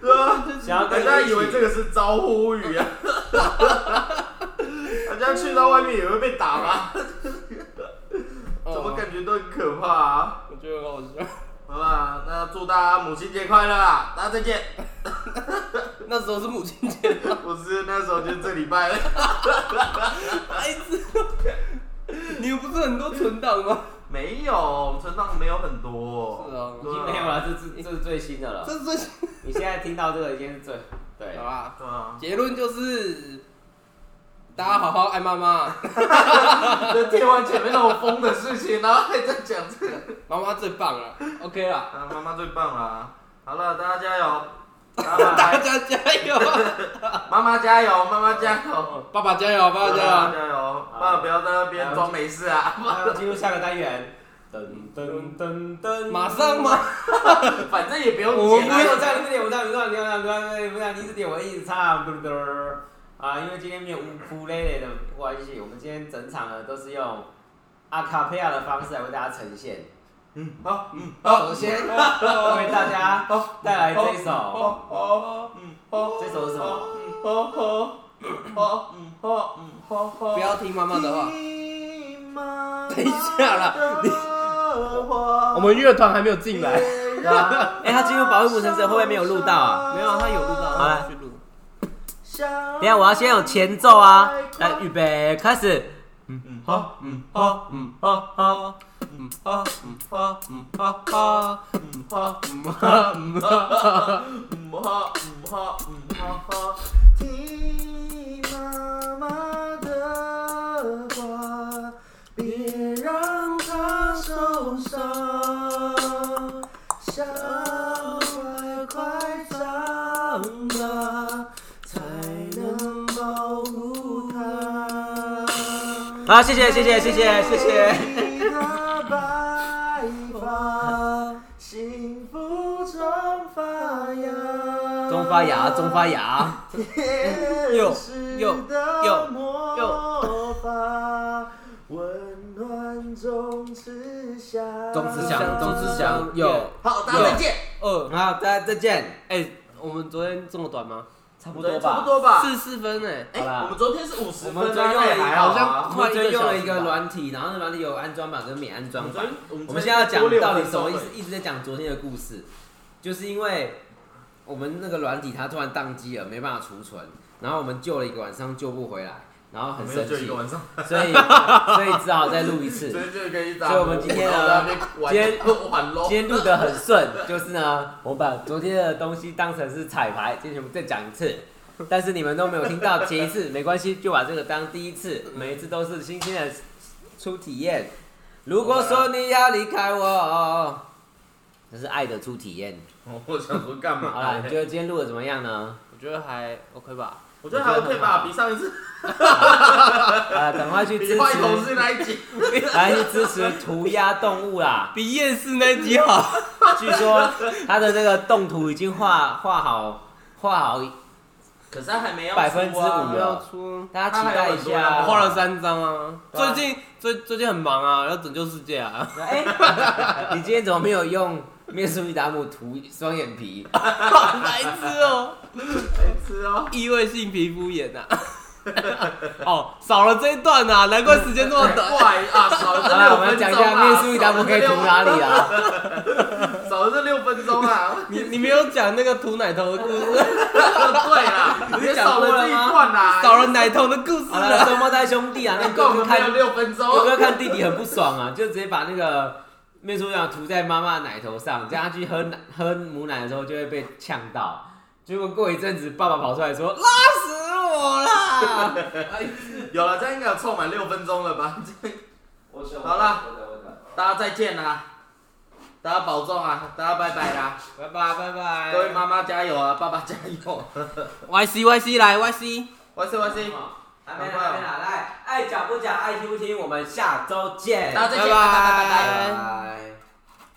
Speaker 3: 对啊，
Speaker 1: 想要
Speaker 3: 大
Speaker 1: 跟
Speaker 3: 家
Speaker 1: 你
Speaker 3: 以为
Speaker 1: 一起。
Speaker 3: 这个是招呼语啊， 大家去到外面也会被打吗？怎么
Speaker 2: 哦
Speaker 3: 感觉都很可怕啊？
Speaker 2: 我觉得很好笑。
Speaker 3: 好啦，那祝大家母亲节快乐啦！大家再见。
Speaker 2: 那时候是母亲节，
Speaker 3: 我是那时候就这礼拜了，
Speaker 2: 孩子，你们不是很多存档吗？
Speaker 3: 没有，我们存档没有很多。啊
Speaker 2: 是哦
Speaker 1: 已经没有了，这是这是最新的了。
Speaker 2: 这是最新
Speaker 1: 你现在听到这个已经是最对
Speaker 2: 好。啦。
Speaker 3: 对啊，
Speaker 2: 结论就是，大家好好爱妈妈，
Speaker 3: 这听完前面那么疯的事情，然后还在讲这个，
Speaker 2: 妈妈最棒了，OK 啦，
Speaker 3: 啊，妈妈最棒啦！好了，大家加油，妈
Speaker 2: 大
Speaker 3: 妈
Speaker 2: 家加油，
Speaker 3: 妈妈加油，妈妈加油，
Speaker 2: 爸爸加油，爸爸加油，
Speaker 3: 加油！爸爸不要在那边装没事啊，
Speaker 1: 好进入下个单元。噔噔噔噔，
Speaker 2: 马上吗？
Speaker 3: 反正也不用
Speaker 2: 我
Speaker 1: 我
Speaker 3: 剪
Speaker 1: 不
Speaker 3: 啊。
Speaker 1: 要唱，你不点我唱，你唱，你唱，你唱，你唱，你一直点我一直唱，嘟嘟嘟。啊，因为今天没有乌哭累累的关系，我们今天整场呢都是用阿卡贝拉的方式来为大家呈现。
Speaker 3: 好，嗯，
Speaker 1: 首先为大家带来这一首，
Speaker 3: 哦哦，嗯，哦，
Speaker 1: 这首是什么？
Speaker 3: 嗯，哦哦，哦，嗯，哦，嗯，哦哦。
Speaker 2: 不要听妈妈的话，
Speaker 3: 话
Speaker 2: 等一下啦你
Speaker 3: 我
Speaker 2: 我们乐团还没有进来，
Speaker 1: 哎他进入保卫部城市会不会没有录到啊
Speaker 2: 没有，他有录到，
Speaker 1: 好
Speaker 2: 他
Speaker 1: 了
Speaker 2: 去录，
Speaker 3: 等
Speaker 1: 等一下我要先有前奏啊，来预备开始。
Speaker 3: 嗯，好，嗯，好，嗯，
Speaker 2: 嗯啊啊，嗯啊嗯啊嗯啊啊，
Speaker 3: 嗯，
Speaker 2: 嗯
Speaker 3: 好，
Speaker 2: 啊嗯啊，
Speaker 3: 嗯，好，嗯，好，嗯，好，好。听妈妈的话，别让她受伤。想快快长大，才能保护她。
Speaker 1: 好，谢谢谢谢谢谢谢谢。
Speaker 3: 你的白发，幸福中发芽。
Speaker 1: 中发芽，中发。芽，
Speaker 3: 又又又又法，温暖中吃下。
Speaker 1: 中之祥，中之祥，
Speaker 2: 有
Speaker 1: 有。
Speaker 3: 好，大家再见。
Speaker 2: 二，
Speaker 1: 好，大家再见。
Speaker 2: 哎，我们昨天这么短吗？
Speaker 1: 差不多
Speaker 3: 差不
Speaker 1: 吧。
Speaker 3: 多吧。
Speaker 2: 四十四分 哎，
Speaker 3: 哎、
Speaker 1: 好啦
Speaker 3: 我们昨天是五十
Speaker 1: 我
Speaker 3: 分
Speaker 1: 们昨
Speaker 3: 啊，
Speaker 1: 天用了一个，
Speaker 3: 那也还好
Speaker 2: 好
Speaker 1: 我
Speaker 2: 像
Speaker 1: 们
Speaker 2: 快
Speaker 1: 昨天
Speaker 2: 一个
Speaker 1: 用
Speaker 2: 小
Speaker 1: 了
Speaker 2: 时
Speaker 1: 一个
Speaker 2: 吧
Speaker 1: 软体，然后那软体有安装版跟免安
Speaker 3: 我
Speaker 1: 装
Speaker 3: 们
Speaker 1: 版
Speaker 3: 昨。天我们
Speaker 1: 我
Speaker 3: 昨
Speaker 1: 们
Speaker 3: 天
Speaker 1: 现在要讲
Speaker 3: 多六
Speaker 1: 到底
Speaker 3: 分
Speaker 1: 什么意
Speaker 3: 钟
Speaker 1: 思
Speaker 3: 而，已
Speaker 1: 一直在讲昨天的故事，就是因为我们那个软体它突然宕机了，没办法储存，然后我们救了一个晚上救不回来，然后很
Speaker 4: 没
Speaker 1: 生
Speaker 4: 有就一
Speaker 1: 气
Speaker 4: 个，晚上，
Speaker 1: 所 以所以只好再录一次。
Speaker 3: 所以就可以打。
Speaker 1: 所以我们今天呢今天
Speaker 3: 晚喽
Speaker 2: 哦
Speaker 1: 今，天录得很顺， 就是呢，我把昨天的东西当成是彩排，今天我们再讲一次。但是你们都没有听到前一次，没关系，就把这个当第一次，每一次都是新鲜的初体验。如果说你要离开我，这是爱的初体验。
Speaker 3: 我想说干嘛？
Speaker 1: 好了，你觉得今天录的怎么样呢？
Speaker 2: 我觉得还 OK 吧。
Speaker 3: 我觉得还 OK 吧，比上一次
Speaker 1: 呃，赶快去支
Speaker 3: 比外同
Speaker 1: 持，
Speaker 3: 事那一集，
Speaker 1: 赶快去支持涂鸦动物啦！
Speaker 2: 比夜市那集好，
Speaker 1: 据说他的那个动图已经画画好，画好，
Speaker 3: 可是他还没要
Speaker 1: 百分之五
Speaker 2: 不
Speaker 1: 了
Speaker 2: 要出。
Speaker 1: 大家期待一
Speaker 3: 他还有很多要
Speaker 1: 下。
Speaker 2: 我画了三张啊，
Speaker 1: 对啊
Speaker 2: 最近最最近很忙啊，要拯救世界啊。
Speaker 1: 哎、你今天怎么没有用面苏里达姆涂双眼皮？
Speaker 2: 好白痴哦、
Speaker 3: 来吃哦。
Speaker 2: 异位性皮肤炎呐、啊。 哦，少了这一段啊，难怪时间这么短。
Speaker 3: 怪啊，少了
Speaker 1: 好
Speaker 3: 这
Speaker 1: 了，
Speaker 3: 六
Speaker 1: 我们
Speaker 3: 分
Speaker 1: 来讲一
Speaker 3: 钟
Speaker 1: 下
Speaker 3: 啊
Speaker 1: 面苏里达姆可以涂哪里啊？
Speaker 3: 少了这六分 钟啊，
Speaker 2: 你你没有讲那个吐奶头的故事，
Speaker 3: 对啦，也少了这一段啦，
Speaker 2: 少了奶头的故事
Speaker 1: 好了，
Speaker 2: 了。
Speaker 1: 双胞胎兄弟 啊，那
Speaker 3: 难怪我
Speaker 1: 哥哥
Speaker 3: 们还
Speaker 1: 看
Speaker 3: 有六分钟。
Speaker 1: 哥哥看弟弟很不爽啊，就直接把那个面苏里达姆涂在妈妈的奶头上，这样他去喝奶喝母奶的时候就会被呛到。结果过一阵子，爸爸跑出来 说：“拉死我啦！”
Speaker 3: 有了，这样应该有凑满六分钟了吧？
Speaker 1: 好
Speaker 3: 啦
Speaker 1: 我的我的，
Speaker 3: 大家再见啦，大家保重啊，大家拜拜啦，
Speaker 1: 拜拜拜拜，
Speaker 3: 各位妈妈加油啊，爸爸加油，
Speaker 2: Y C Y C 来 Y C，
Speaker 3: 我是我是，
Speaker 1: 还没来，还没来，来，爱讲不讲，爱听不听，我们下周见，
Speaker 3: 大家再见，拜
Speaker 2: 拜
Speaker 3: 拜
Speaker 1: 拜
Speaker 3: 拜拜。
Speaker 1: 拜。